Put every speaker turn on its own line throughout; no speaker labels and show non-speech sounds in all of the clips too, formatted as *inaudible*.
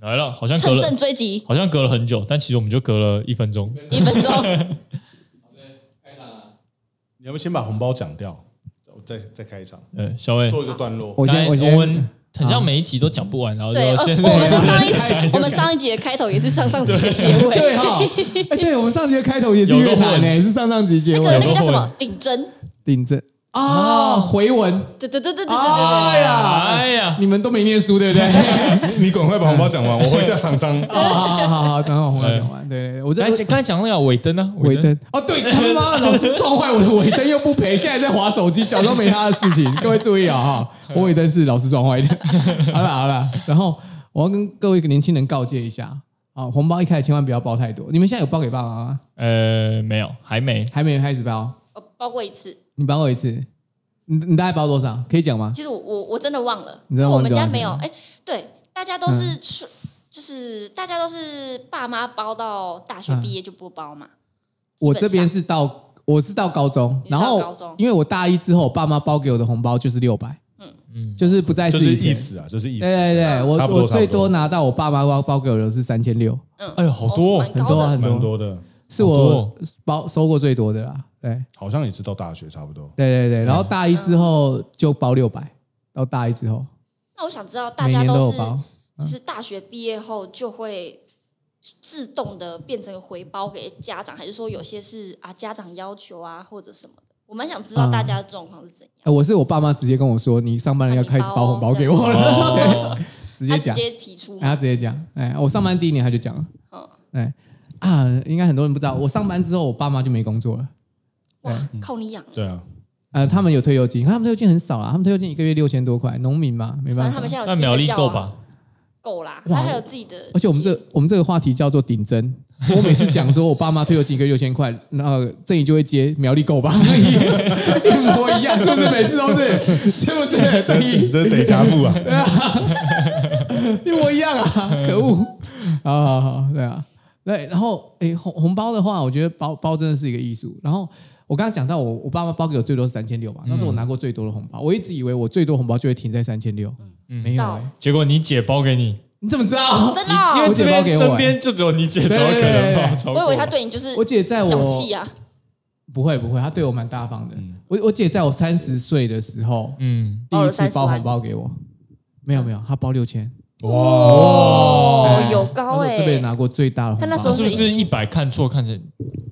来了，好像隔
乘
了
胜，追击，
好像隔了很久，但其实我们就隔了一分钟。
一分
*laughs*
钟。
你要不先把红包讲掉，我再再开一场，
呃，小伟，
做一个段落。
我
刚
先
才
我先啊
们很像每一集都讲不完，然后就
对，呃
先 *laughs*
我们的上
讲
一
下
我们上一集的开头也是上上集的结尾，
对哈，哎，对我们上集的开头也是
有个
乐坛
混
诶，是上上集结
那
尾
个那个叫什么顶针？
顶着啊回文，
对对对对对对对
哎呀，
哎呀，
你们都没念书对不对？
你赶快把红包讲完，我回一下厂商。
好好好好，等我红包讲完。对，我在
刚才刚才讲那个啊尾灯呢？
尾灯哦，对他妈老是撞坏我的尾灯又不赔，现在在划手机，假装没他的事情。各位注意啊、哈，我尾灯是老是撞坏的。好了好了，然后我要跟各位年轻人告诫一下啊，红包一开始千万不要包太多。你们现在有包给爸爸妈妈？
呃，没有，还没。
还没有开始包，
我哦包过一次，
你包我一次，你你大概包多少？可以讲吗？
其实我我我真的忘了，
你
因
真
为
的
我
忘记
们
嗯多少
家没有，哎，对，大家都是出。就是大家都是爸妈包到大学毕业就不包嘛，
嗯我这边
基
是到我是到高中，
你是
然
到
后
高中
因为我大一之后，我爸妈包给我的红包就是六百，嗯
嗯
*laughs* 就是不再
就是是
以
意
前。
思啊，就是意
对对
思，
对，我
差不多
我最
差不多
多拿到我爸妈包包给我的是三千六，
本上，嗯，
哎呦好多哦
哦蛮
很
高
多啊
的，
很
蛮多
多，
的，
是我包收过最多的啦。对
好像也是到大学差不多。
对对对，
嗯
然后大一之后就包六百，到大一之后
那我想知道大
每
家
年都有
是
包。嗯
就是大学毕业后就会自动的变成回包给家长，还是说有些是啊家长要求啊或者什么的？我蛮想知
嗯
道大家的状况是怎样，
呃我是我爸妈直接跟我说，你上班了要开始包红包给我了，
哦，
*laughs* 直
他
接
直
讲，
接提出
然后
吗
他直接讲，哎，我上班第一年他就讲了，
嗯
哎啊，应该很多人不知道，我上班之后我爸妈就没工作了，
哇，
嗯
靠你养，
对啊，
呃，他们有退休金，可他们退休金很少啦，他们退休金一个月六千多块，农民嘛，没
反正
办法
他们。现在有
那
新
苗
的
栗
教
够
啊？
吧？
够啦，
哇
他还有自己的，
而且我们这我们这个话题叫做顶针。我每次讲说我爸妈退休金一个月六千块，那郑怡就会接苗栗够吧， *laughs* 一模一样，是不是？每次都是，是不是？郑怡
这是得加
*laughs*
付啊。
一模一
*laughs*
样啊，
嗯
可恶！好好好，对啊，对。然后诶，红红包的话，我觉得包包真的是一个艺术。然后我刚刚讲到我我爸妈包给我最多是三千六
嗯
嘛，那是我拿过最多的红包。我一直以为我最多红包就会停在三千六，
嗯
没有、欸。
结果你姐包给你，
你怎么知道？
真的
因
哦、
为
我
这
姐包
边
给我
身边就只有你姐才有可能包超
我
过。
以为他对你就是
我姐在我
小气啊，嗯
不会不会，她对我蛮大方的。我我姐在我三十岁的时候，
嗯，
第
包
一
了
次
30
包
万
红包给我，没有没有，她包六千，
哇，
哦
哎，
有高
她是
哎、
我这辈子拿过最大的红包。
她那时候
是不是一百看错看成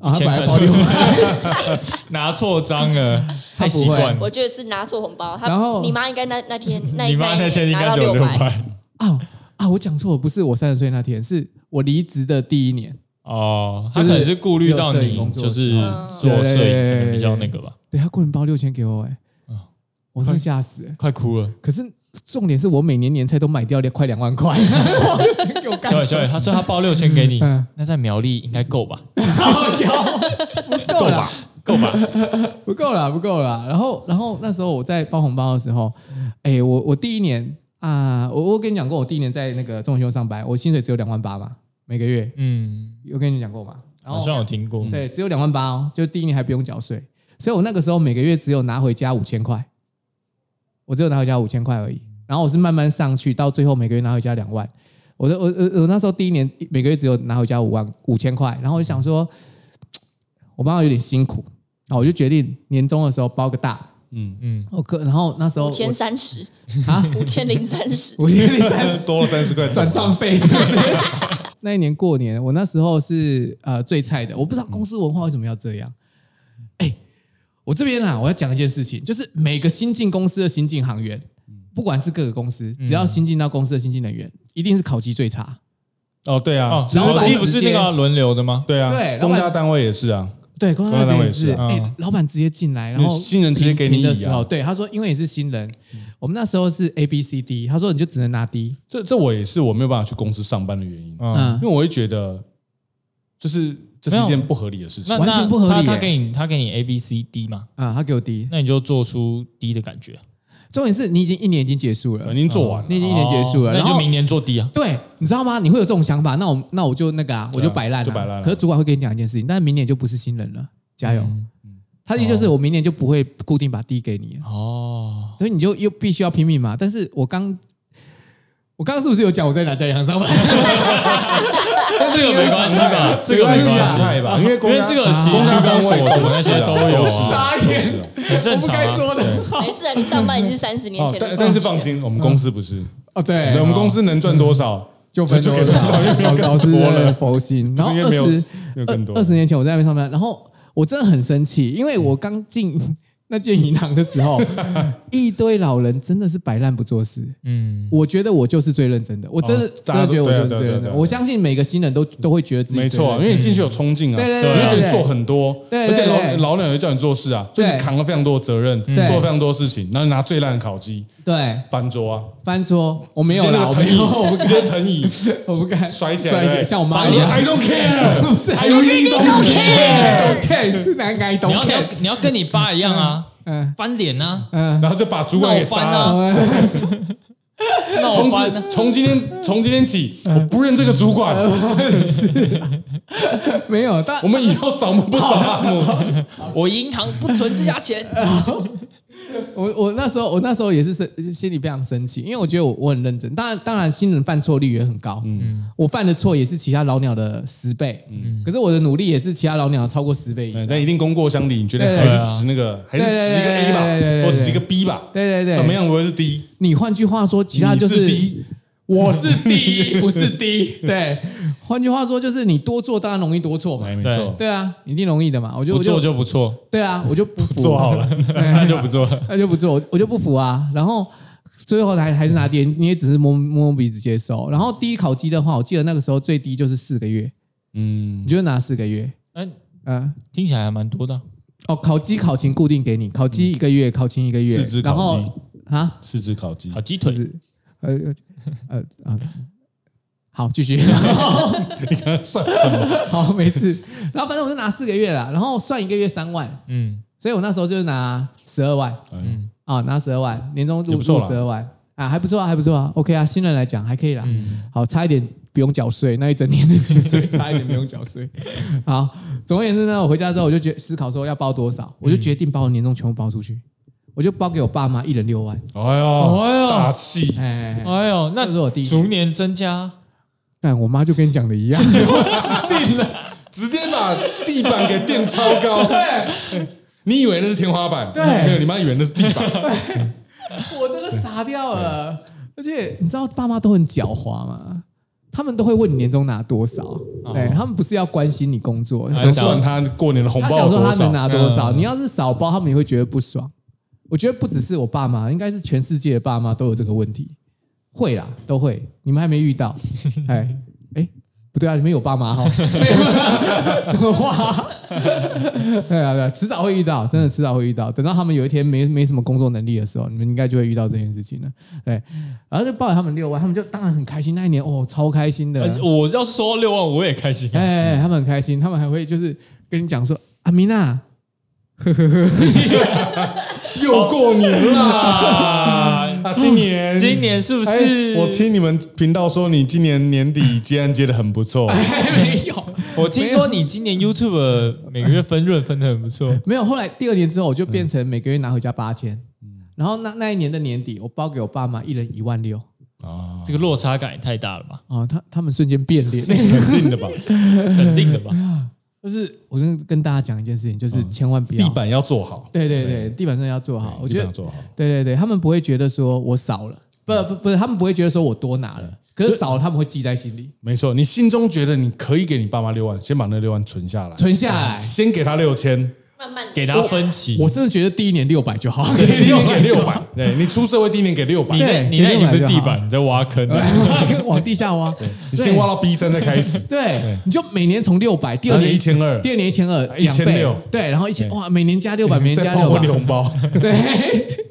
啊，她
1000
本来
看
包
错
六万，
拿错章了，
*laughs*
太习
她
惯
不
我
了。
觉得是拿错红包，他
然后
你妈应该那那天
*laughs*
那
你妈那天
一
应
年拿
该
到
只有
六
六
百，
百
啊啊！我讲错了，不是我三十岁那天，是我离职的第一年。
哦，他
就是
可能是顾虑到
只有摄影
你
工作
就是
嗯
做摄影可能比较那个吧，
对他过年包六千给我、哎、
嗯
我真的吓死、哎
快哭了。
可是重点是我每年年菜都买掉了快两万
*laughs*
块，包六千给我干
小伟，小伟，他说他包六千给你
嗯，
那在苗栗应该够吧？
好腰，不够
够
啦，
吧？
够吧？
不够啦，不够啦。然后，然后那时候我在包红包的时候，哎、我我第一年啊，我我跟你讲过，我第一年在那个中修上班，我薪水只有两万八嘛，每个月，
嗯，
有跟你讲过嘛？然
好
后
像有听过。
对，只有两万八哦，就第一年还不用缴税，所以我那个时候每个月只有拿回家五千块，我只有拿回家五千块而已。然后我是慢慢上去，到最后每个月拿回家两万。我的我我我那时候第一年每个月只有拿回家五万五千块，然后我就想说，我妈妈有点辛苦，然后我就决定年终的时候包个大。
嗯，
嗯，
我哦可然后那时候
五
我
千三十
啊，
五千零三十，
五千零三十
嗯多了三十块
转账费是不是？ *laughs* 那一年过年，我那时候是呃最菜的，我不知道公司文化为什么要这样。哎、我这边啊，我要讲一件事情，就是每个新进公司的新进行员，不管是各个公司，只要新进到公司的新进人员，一定是考绩最差。
哦，对啊
哦，，
然
老
后
手
板
机不是那个啊轮流的吗？
对
对
啊，
老板
公家单位也是啊，
对，公
公
司
司单位
也是。
也是
哎、
啊
老板直接进来，然后
新人直接给你
评的
椅
时候，
啊。
对他说，因为你是新人，我们那时候是 A B C D，他说你就只能拿 D。
这这我也是我没有办法去公司上班的原因，
嗯，
嗯
因为，我会觉得就是这是一件不合理的事
那
情。
完全
那
不合理
他他
耶
给你他给你 A B C D 嘛，
啊，他给我 D。
那你就做出 D 的感觉。
重点是你已经一年已经结束了
已，经做完了
哦你已经一年结束了，
哦那
然
你
后
就明年做 D 啊。
对，你知道吗？你会有这种想法，那我那我就那个啊，我就摆烂、啊，
就摆烂了
可是主管会跟你讲一件事情，但是明年就不是新人了，加油。
嗯
他的意思
哦
就是我明年就不会固定把地给你了，
哦，
所以你就又必须要拼命嘛。但是我刚我刚刚是不是有讲我在哪家银行上班？
但这个没关系吧？这
这个
个没
是
关
傻
系
害吧？啊因为
因
公
为
家
这个其
公
实
家
跟
单
我
位
什么
都
那
是
些
啊
都
都
有
是啊
啊，
傻
都
眼
是啊
很正
我不
常
该说
啊。
的。
*laughs* 没事啊，你上班已经是三十年
哦
前的
但
事情了。
但是放心，我们公司不是，
哦，对
对，我们公司能赚多少
就分
就
多
给多少，因为没有
老老
更
师
多了
的。佛心。
不
嗯然
是因
后
为
二
没有
十
没有更多
二二十年前我在那边上班，然后我真的很生气，因为我刚进那间银行的时
*laughs*
候，一堆老人真的是摆烂不做事。
嗯，
我觉得我就是最认真的，我真的、
大家
真的
都
觉得我就是
对啊
最
对啊
认真
对啊
的。
对啊
我相信每个新人都都会觉得自己
没
最认
错，
真
因为你进去有冲劲啊，
对对
对
你会觉得
对
做很多，
对
而且老
对对
老鸟也叫你做事啊，所以你
对
扛了非常多的责任，
对
做非常多事情，然后你拿最烂的烤鸡
对
翻桌啊，
翻桌，我没有
直接那个
啦，我
藤
没
椅
有，我不
直接
敢，
藤椅
我不
*laughs*
敢
摔起
*laughs* 摔
来，
像我妈
反
一
正
样。
I don't
*laughs*
care，I really don't care，
don't care，是哪个 I
*laughs*
你
don't
要你要
care？
你要跟你爸一样啊，
嗯
翻脸啊，
嗯，
然后就把主管给杀
闹啊
了。
闹
从
翻啊
此，从今天从今天起，
嗯
我不认这个主管，
没有，但
*laughs* 我们以后扫墓不扫阿
*laughs*
姆，
我银行不存这家 *laughs* 钱。
我我那时候我那时候也是生心里非常生气，因为我觉得我我很认真，当然当然新人犯错率也很高，嗯，我犯的错也是其他老鸟的十倍，嗯，可是我的努力也是其他老鸟超过十倍以上，
但一定功过相抵，你觉得
对
还
对
是
对啊
值那个，还是值一个
对对对
A
对对
吧，
对对
或值一个 B 吧，
对对对
怎么样不会是 D？
你换句话说，其他
你
就是
D，
我是第一，不是第一，对，换句话说就是你多做当然容易多错嘛
哎，，没错
对，
对啊，一定容易的嘛，我就
不
我就
做就不错，
对啊，我就不服
做好了，
*laughs* 那就不做了。
那就不做，我我就不服啊。然后最后还还是拿第一，你也只是摸摸摸鼻子接受。然后第一考鸡的话，我记得那个时候最低就是四个月，
*laughs* 嗯
你，就拿四个月。
哎，
嗯、
听起来还蛮多的啊，
哦，考鸡考勤固定给你，考鸡一个月，考勤一个月
四只，
然
烤鸡
后啊，
四只烤鸡
烤，鸡
就
腿
是呃呃呃啊，好，继续。 *laughs*
算什么？
好，没事。然后反正我就拿四个月啦，然后算一个月三万，
嗯，
所以我那时候就拿十二万。
嗯，
啊、拿十二万，年终
也
入
不错
入
啦
十二万啊，还不错啊，还不错啊，OK 啊，新人来讲还可以啦。好，差一点不用缴税，那一整年的薪水差一点不用缴 *laughs* 税。好，总而言之呢，我回家之后我就决思考说要包多少，我就决定把我年终全部包出去，我就包给我爸妈一人六 *laughs* 万。
*laughs* 哎
哎
呦，
呦
大气，
哎哎，哎
哎呦，那
这是我第一
逐年增加，
但我妈就跟你讲的一样，
直接把地板给垫超
*laughs*
高。你以为那是天花板？
对
没有，你妈以为那是地
*laughs*
板。
*laughs* 我真的傻掉 *laughs* 了。而且你知道爸妈都很狡猾吗？他们都会问你年终拿多少，对他们不是要关心你工作，
想算他过年的红
他
包
想
有
说
多
他能
少？
拿多少，
嗯
你要是少包，他们也会觉得不爽。我觉得不只是我爸妈，应该是全世界的爸妈都有这个问题，会啦，都会。你们还没遇到，
*laughs*
哎哎，不对啊，你们有爸妈哈？ *laughs* 没有什么话？ *laughs* 对啊对啊，迟早会遇到，真的迟早会遇到。等到他们有一天没没什么工作能力的时候，你们应该就会遇到这件事情了。对，然后就报给他们六万，他们就当然很开心。那一年哦，超开心的。
呃我要是收到六万，我也开心啊。
哎、他们很开心，他们还会就是跟你讲说，阿米娜，
又过年
*laughs*
啦！
啊，
啊，今年
今年是不是？
哎我听你们频道说，你今年年底接案接的很不错。
没有，
我听说你今年 YouTube 每个月分润分的很不错，
没有。后来第二年之后，我就变成每个月拿回家八千，然后那那一年的年底，我包给我爸妈一人一万六。
啊，
这个落差感也太大了吧？
哦，他他们瞬间变脸， *laughs*
肯定的吧？
肯定的吧？
就是我跟跟大家讲一件事情，就是千万不要，
嗯地板要做好，
对对对，地板真的要做好。我
地
觉
板
得
要做好。
对对对，他们不会觉得说我少了，不不不是，他们不会觉得说我多拿
嗯
了，可是少了他们会记在心里，
没错，你心中觉得你可以给你爸妈六万，先把那六万存下来，
存下来。
先给他六千，
慢慢地
给他分期，
我甚至觉得第一年六百就好，
嗯
*laughs*
对第一年给六百，对你出社会第一年给六百
你，那
对
你那已经不是
给
地
六百就哎
板，你在挖坑了。
*laughs* 往地下挖。对，
你先挖到 B 三再开始，
对，你就每年从六百，第
然
二
后就
年
一千二，
第二年一千二，
一千六
两倍对，然后一千
对
哇，每年加六百，每年
再
加
包
六
婚礼
百，
红包，
对。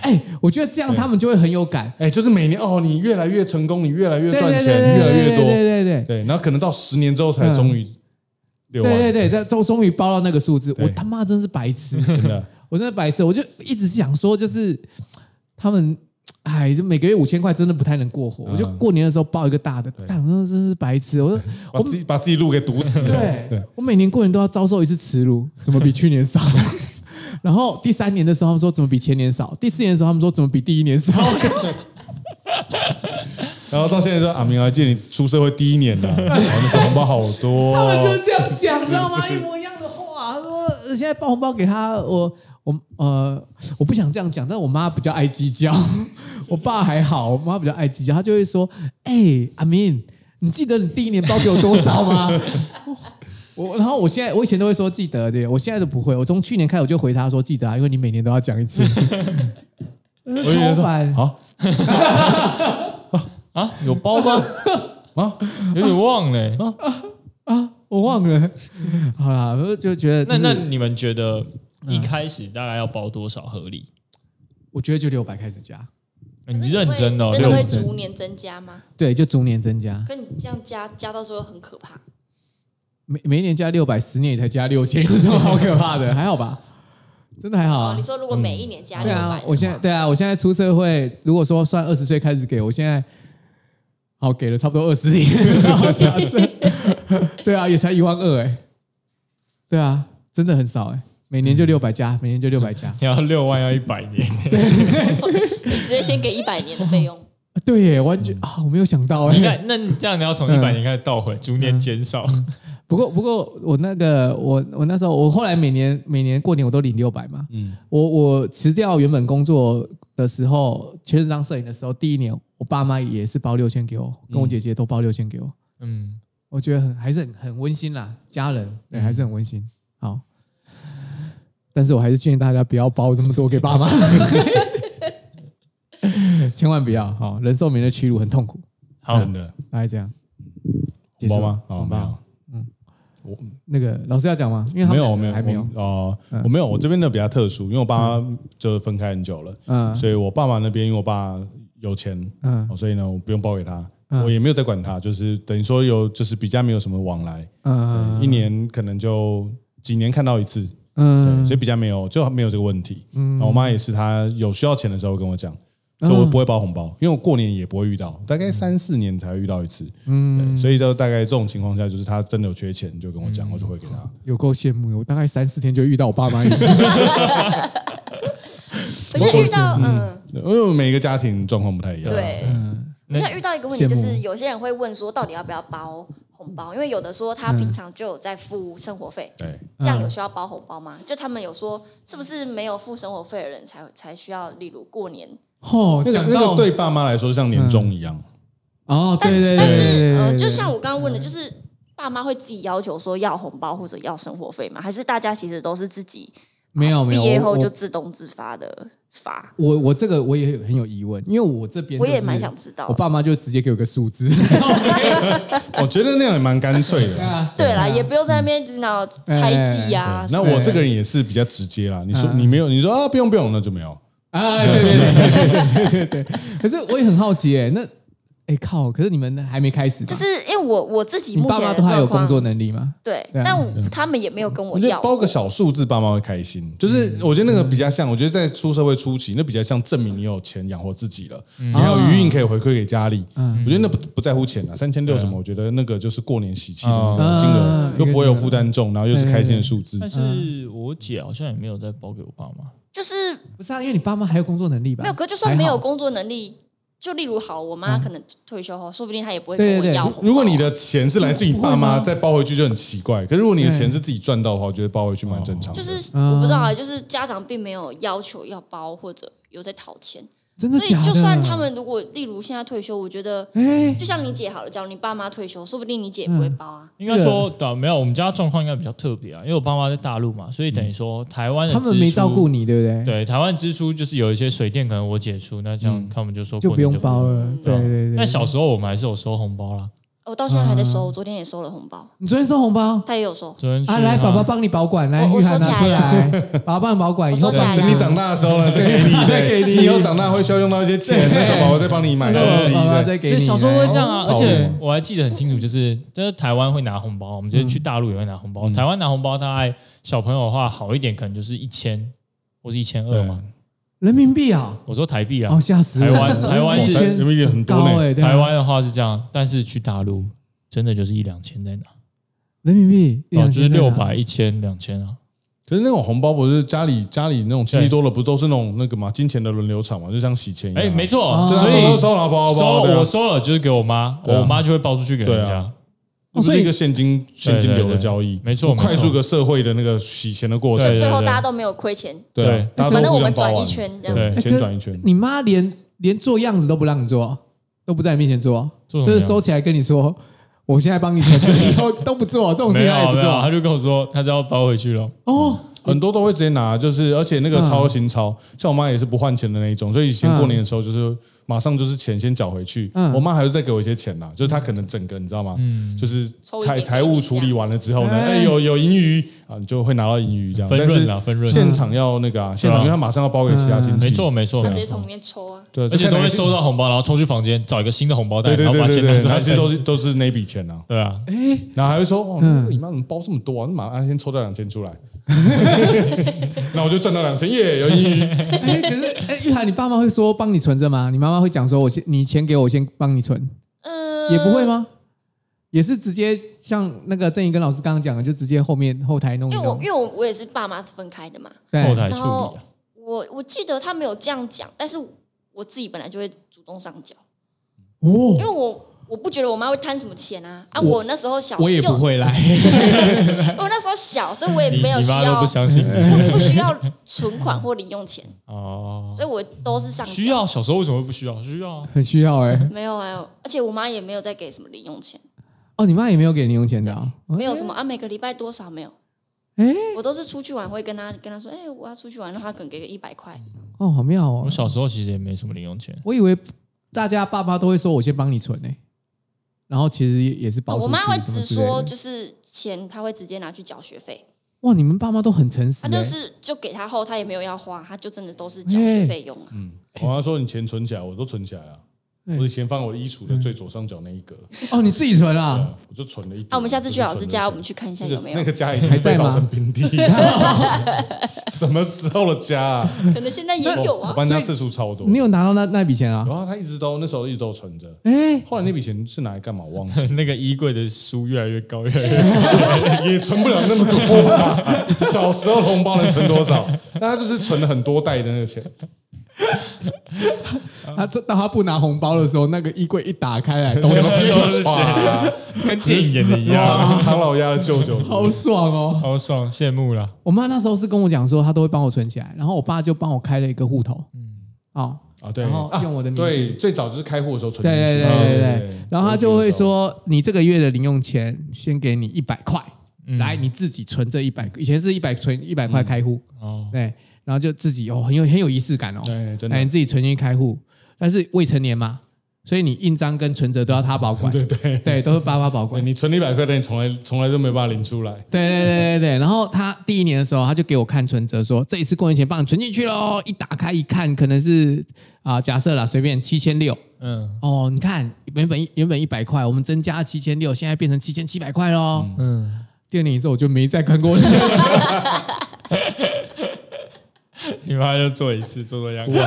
哎，我觉得这样他们就会很有感，
哎，就是每年哦，你越来越成功，你越来越
对
赚
对对
钱，
对
越来越
对
多，
对对对
对，然后可能到十年之后才终于六
对对
万，
对，这终终于包到那个数字，
对
我他妈真是白痴，
真的，
我真的白痴，我就一直想说，就是他们。哎，就每个月五千块，真的不太能过活。
嗯
我就过年的时候包一个大的，但我说真是白痴。我说
把自己把自己路给堵死了，对
对，，我每年过年都要遭受一次耻辱，怎么比去年少？然后第三年的时候，他们说怎么比前年少；第四年的时候，他们说怎么比第一年少。
然后到现在说阿明啊，借你出社会第一
*laughs*
年了，我们小红包好多
他们就
哦
是，这样讲，知道吗？一模一样的话，他说呃现在包红包给他，我我呃，我不想这样讲，但我妈比较爱计较，我爸还好，我妈比较爱计较，她就会说：“哎、阿明，你记得你第一年包给我多少吗？” *laughs* 我然后我现在我以前都会说记得对，我现在都不会，我从去年开始我就回他说记得啊，因为你每年都要讲一次。呃
我就觉得
超
说
烦，
好
啊，有包吗？
*laughs*
啊，
有点忘了欸、
我忘了。好啦，我就觉得、
那
就是、嗯
那你们觉得一开始大概要包多少合理？
我觉得就六百开始加，
你认真哦，
真的
六百
会逐年增加吗？
对，就逐年增加。
跟你这样加加到最后很可怕。
每每一年加六百，十年也才加六千， *laughs* 有什么好可
*laughs*
怕的？还好吧，真的还好
哦，
啊
你。说如果每一年加
嗯
对
六
啊
百，，
我现在对啊，我现在出社会，如果说算二十岁开始给，我现在好给了差不多二十年， *laughs* 然后假设对啊，也才一万二哎，对啊，真的很少哎、每年就六百加，每年就六百加，
你要六万要一百年，
你直接先给一百年的费用，
啊对耶，完全啊， *laughs* 我没有想到
你
哎。
看，那你这样你要从一百年开始倒回，逐年减少。
嗯
嗯
不过不过我那个我我那时候我后来每年每年过年我都领六百嘛，
嗯，
我我辞掉原本工作的时候，全职当摄影的时候，第一年我爸妈也是包六千给我，跟我姐姐都包六千给我，
嗯，
我觉得很还是很很温馨啦，家人
嗯
对还是很温馨。好，但是我还是建议大家不要包这么多给爸妈， *laughs* 千万不要，好人受别人的屈辱很痛苦。
好，
真的
大概这样，
红包吗？哦好，
红
没有
包。那个老师要讲吗？因为他
没
们
有，没有，
还没有，嗯
我哦，我没有，我这边的比较特殊，因为我爸妈就分开很久了，
嗯
所以我爸妈那边因为我爸有钱，
嗯
哦所以呢，我不用包给他，
嗯
我也没有在管他，就是等于说有，就是比较没有什么往来，
嗯
一年可能就几年看到一次，对，
嗯
所以比较没有，就没有这个问题。然后我妈也是，她有需要钱的时候跟我讲，
嗯
所以我不会包红包，因为我过年也不会遇到，大概三四年才会遇到一次。嗯，所以就大概这种情况下，就是她真的有缺钱就跟我讲，我就会给她。
有够羡慕的，我大概三四天就遇到我爸妈一次。
*laughs*
*laughs*
我现在遇到嗯，
因为每个家庭状况不太一样。
对。我
啊那
现在遇到一个问题，就
羡
是
慕
有些人会问说，到底要不要包红包？因为有的说他平常就有在付生活费，
对，
这样有需要包红包吗？就他们有说，是不是没有付生活费的人才才需要，例如过年？
哦，
那
讲
个那
到
个对爸妈来说像年终一样，
哦，对对对，
但是
对
呃，
对对
就像我刚刚问的，就是爸妈会自己要求说要红包或者要生活费吗？还是大家其实都是自己
没哦有没有
毕业后
我
就自动自发的发？
我我这个我也很有疑问，因为我这边
我
就是
也蛮想知道
我爸妈就直接给我个数
*laughs*
字，
我觉得那样也蛮干脆的。
对啦，
啊
也不用
嗯
在那边就是那种猜忌
哎
啊。
那我这个人也是比较直接啦，你说你没有，你说啊不用不用，那就没有。
啊，对对对对对对对对。可是我也很好奇，哎，那哎靠，可是你们还没开始吧，
就是因为我我自己
你
目
爸
前
妈
的
都还有
状
工
况，
作能力吗？
对，
对啊
但我他们也没有跟我
我觉得
要
包个小数字，爸妈会开心。
嗯
就是我觉得那个比较像，我觉得在出社会初期，那比较像证明你有钱养活自己了，
嗯
你还
哦
有余韵可以回馈给家里。我觉得那不不在乎钱啊，三千六什么，我觉得那个就是过年喜气的那个金
哦
额，又不会有负担重，然后又是开心的数字
但。是我姐好像也没有再包给我爸妈。
就是
不是啊，因为你爸妈还有工作能力吧？
没有，可就算没
啊还
有
好，嗯
工作能力，就例如好，我妈可能退休后，说不定她也不会跟
对对
我
对
要。
如果你的钱是来自你爸
不会
妈
吗
再包回去就很奇怪，可是如果你的
对
钱是自己赚到的话，我觉得包回去蛮正常的。
就是我
嗯
不知道啊，就是家长并没有要求要包或者有在讨钱，
真的
所以
假的？
就算他们如果例如现在退休，我觉得
哎，
就像你姐好了，假如你爸妈退休，说不定你姐也不会包啊。
应该说，啊，没有，我们家状况应该比较特别啊，因为我爸妈在大陆嘛，所以等于说台湾的
嗯他
支
们
出
没照顾你，对不对？，
对台湾支出就是有一些水电可能我姐出，那这样他们就说
嗯就
过
不
年
用包了。对
对
啊
啊
对对。
但小时候我们还是有收红包啦，
嗯
我哦到现在还在收，我昨天也收了红包，
你昨天收红包？
她也有收。
昨天去
啊，来，
那
宝宝帮你保管，来，
我
玉
哦我
涵
收
拿
起
出
来
来，宝宝帮你保管，以后
我收起来
长
了
大
等你长大的时候呢，再给你，
再给
对
你
你以后长大会需要用到一些钱，那小宝宝再帮你买东西。
呃爸爸
对
再
其
给
实
你。
小时候会这样啊，而
哎
且
哦
我还记得很清楚，就是就是台湾会拿红包，我们之前去大陆也会拿红
嗯
包。台湾拿红包，大概小朋友的话好一点，可能就是一千或是一千二嘛。
人民币啊，
我说台币啊
哦，，吓死我了！
台湾
嗯
*laughs*
台湾是
一千
人民币很多
高
呢
哎，对啊
台湾的话是这样，但是去大陆真的就是一两千在拿，
人民币
哦，就是六，
一两千在哪
百、一千、两千啊。
可是那种红包不是家里家里那种亲戚多了，不都是那种那个嘛金钱的轮流场嘛，就像洗钱一样啊。
哎，没错，
哦
对啊，
所
收了
以
收了包包，对啊
收我收了就是给我妈，
对啊
我妈就会包出去给人
对
家
啊。那不
哦所
是
以
一个现金现金流的交易，
没错没错
快速一个社会的那个洗钱的过
对
程
对，
最后大家都没有亏钱，
对啊
对，
大家都
反正
互
我
相
们
包
转
完
一圈这样
对
子。
对，先转一圈，
你妈连连做样子都不让你做，都不在你面前做，
做什
就
么
是
样
收起来跟你说，我现在帮你存，
*laughs*
以后都不做这种事
没
情，
有
她也不
没有，
做
他。就跟我说，他就要包回去了。
哦，
很多都会直接拿，就是而且那
嗯
个超新超，像我妈也是不换钱的那一种，所以以前过年的时候就是马上就是钱先缴回去，
嗯
我妈还会再给我一些钱啦，就是她可能整个你知道吗？
嗯
就是
抽一点
财
给你
财务处理完了之后呢，哎、有有盈余啊，你就会拿到盈余这样，
分润啦
但是
分润嗯
现场要那个啊，现场因为她马上要包给其他亲戚，
没错，没错，
他
没错
直接从里面抽啊，
对，
而且呃都会
到，
收到红包，然后冲去房间找一个新的红包袋，
对对
然后
对
把
对
钱拿
对，
出来
但是
分。
都是都是那笔钱啊，
对啊，
哎，
然后还会说哦，
嗯
那个你妈怎么包这么多啊？那马上先抽掉两千出来， *laughs* 那我就赚到两千耶，有盈余。
哎，可是哎，玉涵，你爸妈会说帮你存着吗？你妈妈会讲说，我先你钱给我，我先帮你存，
嗯，
也不会？吗？呃也是直接像那个郑怡跟老师刚刚讲的，就直接后面后台弄一
因为我
弄
因，为我我也是爸妈是分开的嘛，
后
对，
台处理
然后
啊。
我我记得他没有这样讲，但是我自己本来就会主动上缴，因
哦，
为我我不觉得我妈会贪什么钱啊啊！
我
我那时候小，
我也
又
不，会来，
*laughs*
我那时候小，所以我也
你
没有
你
需
妈都
要
不相信你
不不需要存款或零用钱，
哦。
所以我都是上缴
需要小时候为什么会不需要？需要啊
很需要哎。
没有啊，而且我妈也没有再给什么零用钱，
哦，你妈也没有给零用钱的啊？
没有什么啊，每个礼拜多少没有。
哎，
我都是出去玩会跟她跟她说，哎、我要出去玩，让她可能给个一百块，
哦，好妙哦
我。小时候其实也没什么零用钱， *laughs*
我以为大家爸妈都会说我先帮你存呢、欸然后其实也是包出去
我妈会
什么
直
之类的
说，就是钱她会直接拿去缴学费，
哇，你们爸妈都很诚实、
她
欸，
就是就给她后，她也没有要花，她就真的都是缴学费用啊。
嗯，我妈说你钱存起来，我都存起来啊。
嗯
我以前放我的衣
嗯
橱的最左上角那一格，
哦，你自己存
对
啊，
啊我就存了一。
那、我们下次去老师家，我们
去
去看一下有没有
那，个家已经
还在
被
吗
倒成平地，
*laughs*
什么时候的家啊？
可能现在也有
哦
我
啊。
搬家次数超
嗯
多。
你有拿到那那笔钱啊
然？后他一直都那时候一直都存着，
哎、
后来那笔钱是拿来干嘛？我忘记
那个衣柜的书越来越高，越来越高。
了，也存不了那么多啊。小时候红包能存多少？那他就是存了很多袋的那个钱。
他这当他不拿红包的时候，那个衣柜一打
*laughs*
开来，都
全
是
部都是钱
哇， *laughs*
跟电影演的一样，
哇啊唐老鸭的舅舅，
好爽哦！
好爽，羡慕了。
我妈那时候是跟我讲说，她都会帮我存起来，然后我爸就帮我开了一个户头，嗯，哦，
啊，对，
然后用我的名字
啊对，最早就是开户的时候存
对
进
对
去
对
嘛
对对，然后他就会，说，你这个月的零用钱先给你一百块，来你自己存这一百，以前是一百存一百块开户，
哦，
对，然后就自己哦，很有很有仪式感哦，
对，真
哎，
的
你自己存进去开户，但是未成年嘛，所以你印章跟存折都要他保 *laughs* 管，对对都是爸爸保
对，
管。
你存一百块，但你从来从来都没办法领出来，
*laughs* 对对对对对，然后他第一年的时候，他就给我看存折说，这一次过年前帮你存进去喽。一打开一看，可能是啊、假设啦，随便七千六
嗯
哦。你看原本原本一百块，我们增加七千六，现在变成七千七百块喽。
嗯，
第二年之后我就没再看 *laughs* 过存折
你妈就做一次，做做样子，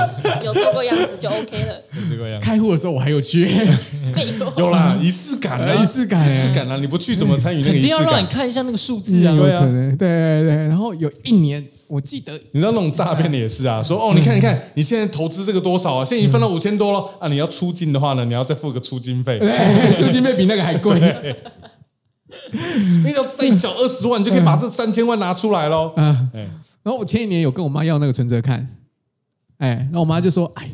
有做过样子就 OK 了，
这个样子。
开户的时候我还有去， *laughs* 嗯
废话。
有啦，仪式感啊，
仪式感
仪式感啊，你不去怎么参与那个
肯
仪
定
式
要让你
感？
看一下那个数字啊！
有
对啊
存的对对对，然后有一年我记得 *laughs*
你知道那种诈骗的也是啊，说哦，你看你看，你现在投资这个多少啊？现在已经分到五千多了啊！你要出金的话呢，你要再付个出金费，
对，租金费比那个还贵。
你只要再缴二十万，你就可以把这三千万拿出来喽。
嗯，
哎，
然后我前几年有跟我妈要那个存折看，哎，然后我妈就说：“哎，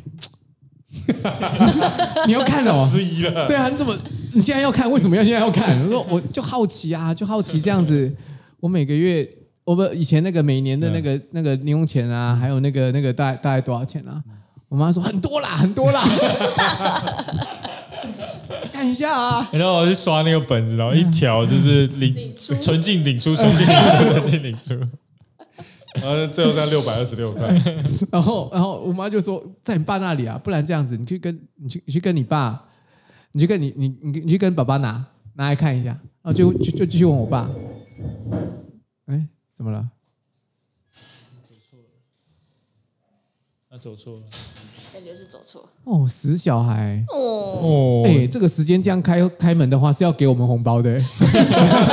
*laughs* 你要看哦。
迟疑”了，
对啊，你怎么你现在要看？为什么要现在要看？我说我就好奇啊，就好奇这样子。我每个月，我们以前那个每年的那个那个零用钱啊，还有那个那个大概大概多少钱啊？我妈说很多啦，很多啦。看一下啊，
然后我去刷那个本子，然后一条就是领
领出
纯净领出，纯净领出，纯净领出。
呃，最后再六百二十六
*laughs*
块，
然后，然后我妈就说，在你爸那里啊，不然这样子，你去跟你去你去跟你爸，你去跟你你你你去跟爸爸拿拿来看一下，然后就就就继续问我爸，哎，怎么了？
他走错了，
等觉是走错。
哦，死小孩。
哦，
哦
哎、这个时间这样开开门的话，是要给我们红包的，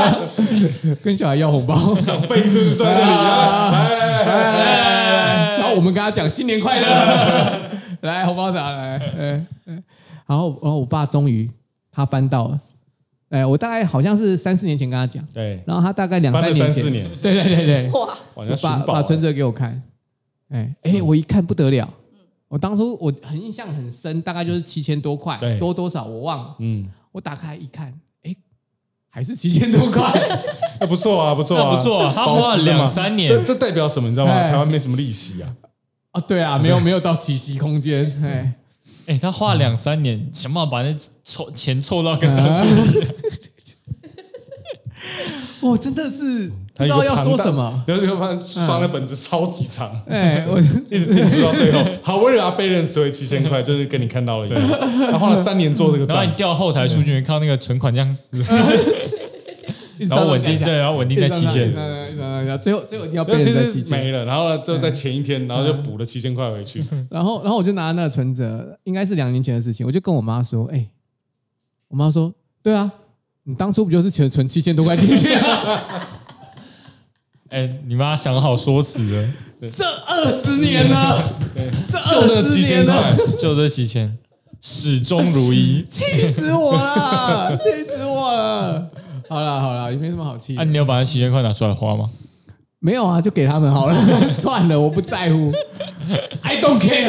*laughs* 跟小孩要红包。
长辈是不是坐
哎
在这里啊？来，来来
然哎后我们跟他讲新年快乐，
*laughs*
来红包拿来，哎哎然后然后我爸终于他搬到了，哎，我大概好像是三四年前跟他讲，
对，
然后他大概两
搬
三
哎了
年
三
前，
四年，
对对对对，
哇，
哇，人家
把
寻宝
把
啊，
存折给我看，哎哎，我一看不得了，我当初我很印象很深，大概就是七千多块
对，
多多少我忘了，
嗯，
我打开一看，哎，还是七千多块， *laughs*
那不错啊，不错
那
啊，
不错，他
保
花了
值嘛
两三年，
这这代表什么？你知道吗？
哎
台湾没什么利息啊，
啊，对啊，没有没有到起息空间，哎。
哎，他花了两三年，想办法把那凑钱凑到跟当初一样。
我真的是不
他
知
有
道
个
要
庞
说
大
什么。
然后就发现刷的本子超级长，
哎，我
一直进出到最后。好，为了阿贝认识回七千块，就是跟你看到了一样，他花了三年做这个
然后
账
你，调后台数据，你看到那个存款这样，
一直
然后稳
上
定
上下下
对，，然后稳定在期
一
限
直。上上一直上上一直上最后最后你要
那
被
其
人在期
实
间。
没了。然后呢，就在前一天，然后就
嗯
补了七千块回去。
然后然后我就拿那个存折，应该是两年前的事情，我就跟我妈说，哎，我妈说，对啊，你当初不就是存存七千多块进去啊？
哎，你妈想好说辞了，
这二十年了，这
就那
二
七
十
千
年
块
了，，。
就这期间始终如一
气死我了，气死我了。好了好了，也没什么好气的
啊，。你有把那七千块拿出来花吗？
没有啊，就给他们好了，算了，我不在乎，I don't care，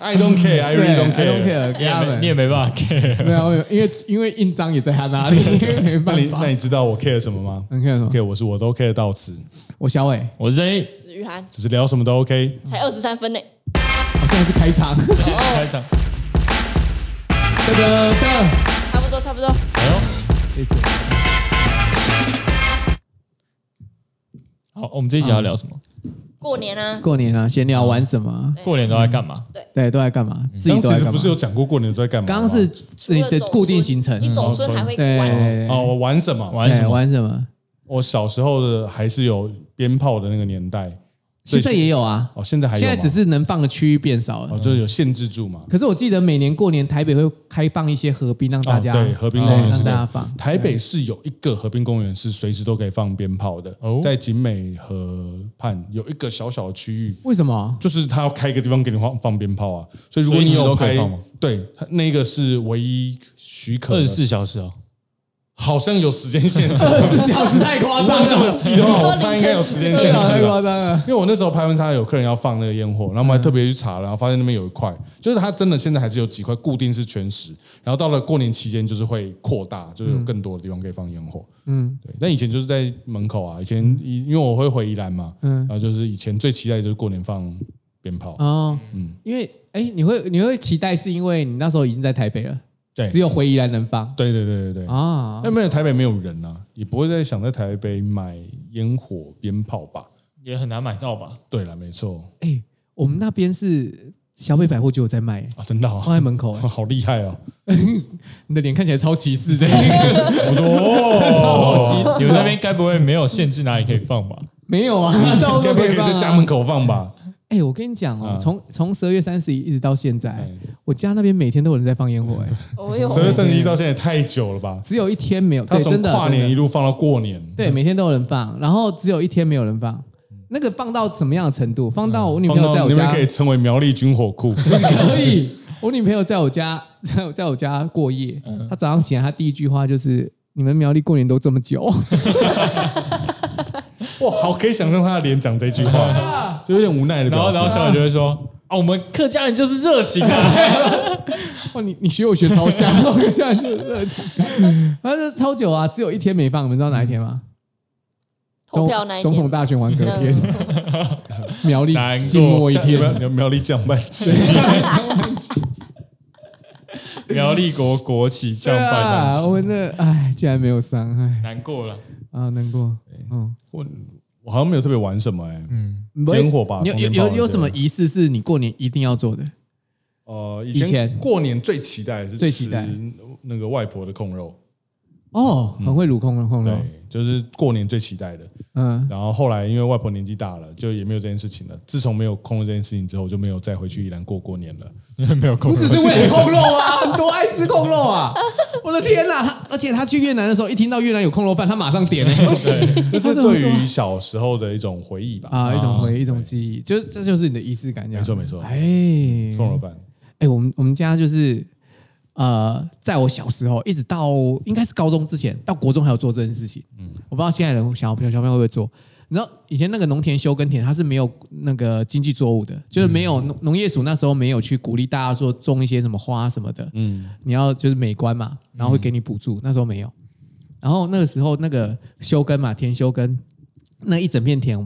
I don't care, I
对
really
I don't
care。
care，
你
给
也
他
没
们
你。也没办法 care。
对啊，我有因为因为印章也在他
*laughs*
那里，没
那你
办法
那。你知道我 care 什么吗
你看什么？
？OK，我是我都 care 到此，
我小伟，
我扔一
雨涵
只是聊什么都 OK。
才二十三分呢。
我现在是开
*laughs*
场，
开场，
噔噔噔，
差不多，差不多。
哎呦。
这次
好，我们这一集要聊什么？
过年啊，
过年啊，闲聊玩什么？
对
过年都在干嘛？
对，都在干嘛？自己
刚
都
嗯刚其
在
实
干
不
嘛
是？有讲过过年都在干嘛吗？
刚刚是
除
你
了
的
走
固定
村
行程，哦
你走
嗯
村还会
对
玩什么？
哦，我玩什么？
玩什
对
么？
哎玩什么？
我小时候的还是有鞭炮的那个年代，
现在也有啊，
哦，现在还有
现
吗？
在只是能放的区域变少了
哦，。就是有限制住嘛。
可是我记得每年过年台北会开放一些河滨让大家、
哦对河滨公园
对
是
让
可以
大家放。
台北市有一个河滨公园是随时都可以放鞭炮的，
哦
在景美河畔有一个小小的区域，
为
*laughs*
什么？
就是他要开一个地方给你放放鞭炮啊。所以如果你
随时
有
都可
拍
以放吗，
对，它那个是唯一许可
二十
的，
四小时哦，
好像有时间限制。
二十四小时太夸张
问这么
*laughs* 了，
细的话，我猜应该有时间限制
太
吧。*laughs*
夸张了。
因为我那时候拍婚纱有客人要放那个烟火，然后我
嗯
们还特别去查，然后发现那边有一块，就是它真的现在还是有几块固定是全时，然后到了过年期间就是会扩大，就是有更多的地方可以放烟火。
嗯，
对，但以前就是在门口啊，以前因因为我会回宜兰嘛，
嗯
然后就是以前最期待就是过年放鞭炮，
哦，
嗯
因为哎、你会你会期待是因为你那时候已经在台北了，
对，
只有回宜兰能放
对对对对对，
啊
那。没有台北没有人啊，也不会再想在台北买烟火鞭炮吧？
也很难买到吧？
对了，没错
哎、我们那边是小北百货就有在卖、哎
啊，真的、
放
哦，
在门口、哎，
*laughs* 好厉害哦！
你的脸看起来超歧视
*laughs*
的，
我说哦，
*laughs*
你们那边该不会没有限制哪里可以放吧？
没有
*laughs*
啊，到
应
处
该
都
不会可以
放、
在
啊。
家门口放吧？
哎、我跟你讲哦
嗯，
从从十二月三十一一直到现在，
哎
我家那边每天都有人在放烟火、哎。
哦哟，
十二三十一到现在也太久了吧？
只有一天没有，
他
对，
从
真的
跨
真
年
的
一嗯路放到过年，
对，每天都有人放，然后只有一天没有人放。那个放到什么样的程度？放到我女
嗯放
朋友在
到
我
你们
家
可以称为苗栗军火库。 *laughs*
可以，我女朋友在我家在我在我家过夜，
嗯
她早上醒来，她第一句话就是：“你们苗栗过年都这么久， *laughs*
哇，好可以想象他的脸讲这句
*laughs*
话，就有点无奈
啊
的
然后，
表
然后
情。
小伟就会说：“啊，我们客家人就是热情啊，
哇，哦你你学我学超像，我现在就热情。”反正就超久啊，只有一天没放，你们知道哪一天
嗯
吗？
投票那一
总
天，嗯
总统大选完隔天， *laughs* 苗栗
难过
静默一
这样 *laughs* 有
天
没有，有没有苗栗酱拌鸡，
*laughs* 苗栗国国旗降
对啊，
半
我们的哎，竟然没有上，哎
难过了。 *laughs*
啊，难过，嗯。
我 *laughs* 我好像没有特别玩什么哎。
不
烟火吧
你有
放
有
鞭炮
有有
这
什么
个
仪式是你过年一定要做的？
呃，以
以前
前过年最期待的是
最期待
吃那个外婆的控肉，
哦，很会卤控控肉
对，，就是过年最期待的。
嗯，
然后后来因为外婆年纪大了，就也没有这件事情了。自从没有空了这件事情之后，我就没有再回去宜兰过过年了。
没有空
不。只是为了控肉啊，很多爱吃控肉
*laughs*
啊！我的天哪、他而且他去越南的时候，一听到越南有控肉饭，他马上点哎、
*laughs* 这
*laughs*
是对于小时候的一种回忆吧。
啊，一种回忆，一种记忆，就是这就是你的仪式感，这样
没错没错
哎，
空肉饭，
哎，我们我们家就是呃，在我小时候一直到应该是高中之前，到国中还有做这件事情。嗯，我不知道现在人小小小朋友会不会做。你知道以前那个农田休耕田，它是没有那个经济作物的，就是没有农农业署那时候没有去鼓励大家说种一些什么花什么的。嗯，你要就是美观嘛，然后会给你补助，那时候没有。然后那个时候那个休耕嘛，田休耕，那一整片田，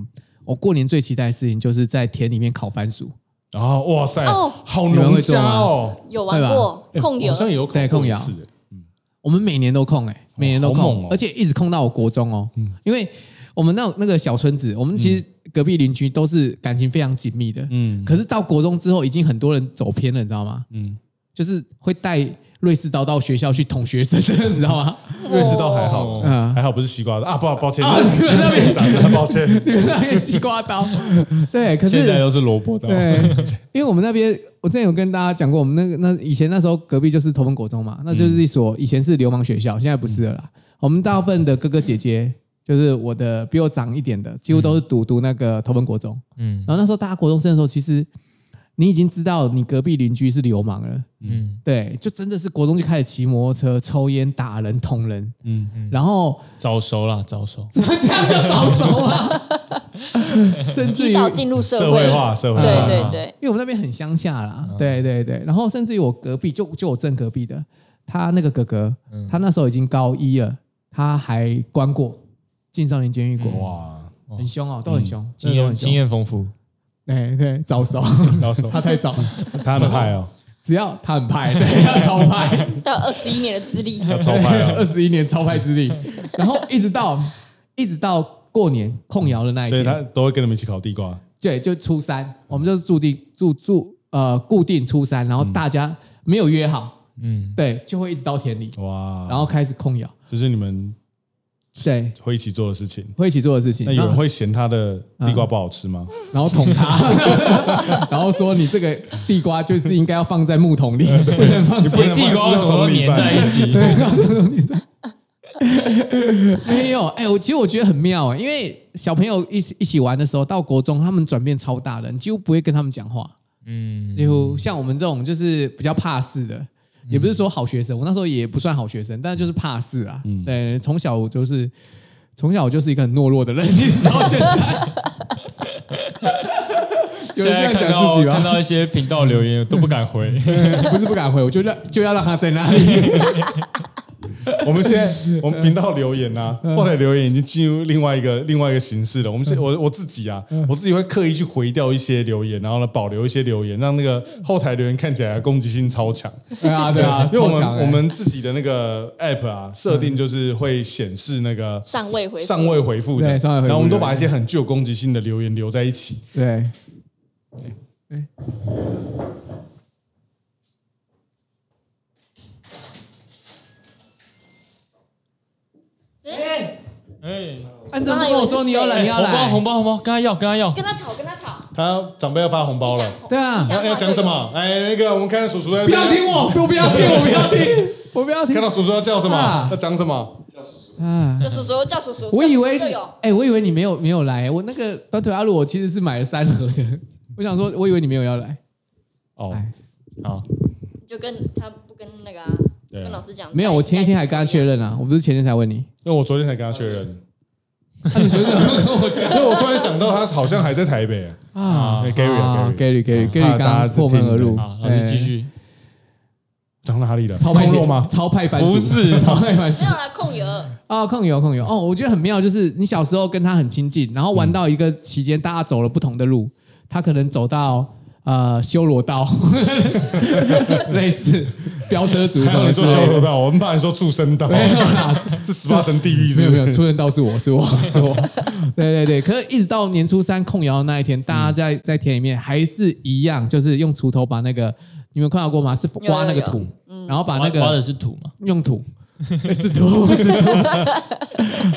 我过年最期待的事情就是在田里面烤番薯。
然后哇塞，
哦
好农家哦，
有玩过
哎
控油
好，像也有
对控
控
油
油是
我们每年都空哎、每年都
好
空，
猛哦嗯
而且一直空到我国中哦，因为我们那种那个小村子，我们其实隔壁邻居都是感情非常紧密的，
嗯
可是到国中之后，已经很多人走偏了，你知道吗？
嗯，
就是会带瑞士刀到学校去捅学生的，你
*laughs*
知道吗？ *laughs*
瑞士倒还
哦
好，
嗯
还好不是西瓜的啊，不好抱歉，是县长的，抱歉，
那个西瓜刀，对，可
现在
是
都是萝卜刀，
对，因为我们那边我之前有跟大家讲过，我们那个那以前那时候隔壁就是头份国中嘛，那就是一所以前是流氓学校，现在不是了啦。我们大部分的哥哥姐姐，就是我的比我长一点的，几乎都是读读那个头份国中。
嗯
然后那时候大家国中生的时候，其实你已经知道你隔壁邻居是流氓了，
嗯，
对，就真的是国中就开始骑摩托车、抽烟、打人、捅人，
嗯，
然后。
早熟啦，早熟
这样就早熟了，甚至
提
于
早进入社
社会化，社会
对
化，
对对，
因为我们那边很乡下啦，对对对。然后甚至于我隔壁，就就我正隔壁的，他那个哥哥，他那时候已经高一了，他还关过进少年监狱
嗯
过，
哇，
很凶哦，都很凶，
经
真的都
验
很
经
凶。
验丰富，
对对，早熟，
招手，
*laughs* 他太早了，
他们派
*laughs*
哦，
只要他很派，对，他超派，
到二十一年的资历，
他超派
*laughs* 二
哦，
十一年超派之力，然后一直到一直到过年控窑的那一
所以
天，
他都会跟你们一起烤地瓜，
对，就初三，我们就是注定住住呃固定初三，然后大家没有约好，
嗯，
对，就会一直到田里，
哇，
然后开始控窑，
这是你们
对，
会一起做的事情。
会一起做的事情。
那有
然
人
后
会嫌他的地瓜不好吃吗？
然后捅
*laughs*
他，然后说你这个地瓜就是应该要放在木桶里，不能 *laughs* 放
不能
在
把
地瓜为什么都粘在一起？ *laughs*
没有。哎、我其实我觉得很妙哎、因为小朋友一起一起玩的时候，到国中他们转变超大的，你几乎不会跟他们讲话，
嗯，
几乎像我们这种就是比较怕事的。
嗯
也不是说好学生，我那时候也不算好学生，但就是怕事啊。
嗯
对，从小我就是，从小我就是一个很懦弱的人， *laughs* 一直到
*laughs*
现在。有
现
人这
在
样讲
看到
自己吗
看？到一些频道留言都不敢
*laughs*
回，
不是不敢回，我就让就要让他在
*laughs*
那里。
我们现在我们频道留言啊，
嗯
后来留言已经进入另外一个另外一个形式了。我们现我我自己啊，
嗯
我自己会刻意去回掉一些留言，然后呢保留一些留言，让那个后台留言看起来攻击性超强。
对啊，对啊，
因为我
超强
们
欸
我们自己的那个 app 啊，设定就是会显示那个
上位回
尚未回复的，
嗯对尚未回复的
然后我们都把一些很具有攻击性的留言留在一起。
对
哎，
安怎不跟我说你要来，你要
红包
来
红，包红包，跟他要跟他要，
跟他吵，跟他吵，
他长辈要发红包了，
讲
*laughs* 对啊
讲
要
话
要讲什么？哎，那个我们看看叔叔在
不要听我，我不要听， *laughs* 我不要听，我不要
看到
听
叔叔要叫什么
哎啊，
要讲什么，
啊！
就叔叔叫叔叔，
我以为
叫叔叔就有
哎，我以为你没有没有来，我那个短腿阿鲁，我其实是买了三盒的。 *laughs* 我想说，我以为你没有要来，
哦，
哎
好，
你就跟他不跟那个啊
对啊
跟老师讲，
没有。我前一天还跟他确认啊，我不是前天才问你，
因为我昨天才跟他确认，
啊，你昨天怎么没有跟我讲
*laughs* 因为我突然想到他好像还在台北
啊
哎？Gary 啊 Gary，
？Gary Gary
怕大
Gary 刚
家
刚破门而入
听，
好，老师继续，
长哪里了？
哎。超派
控肉吗？
超派番薯
不是
超派番薯
没有啦，控油，
哦，控油控油哦，我觉得很妙，就是你小时候跟他很亲近，然后
嗯
玩到一个期间，大家走了不同的路，他可能走到呃修罗道， *laughs* 类似飙车族
还
什
有
么
你说
之
修
类的
罗道，我们怕你说畜生道，
没有啦，
是十八层地狱
没
是
有
不
没
是？
有，出人道是我是我是我，对对对，可是一直到年初三控窑的那一天，大
嗯
家在在田里面还是一样，就是用锄头把那个，你们看到过吗？是挖那
有
个
有有
*laughs*
嗯
土，然后把那
挖挖
个
的是土嘛？
用土是土是土，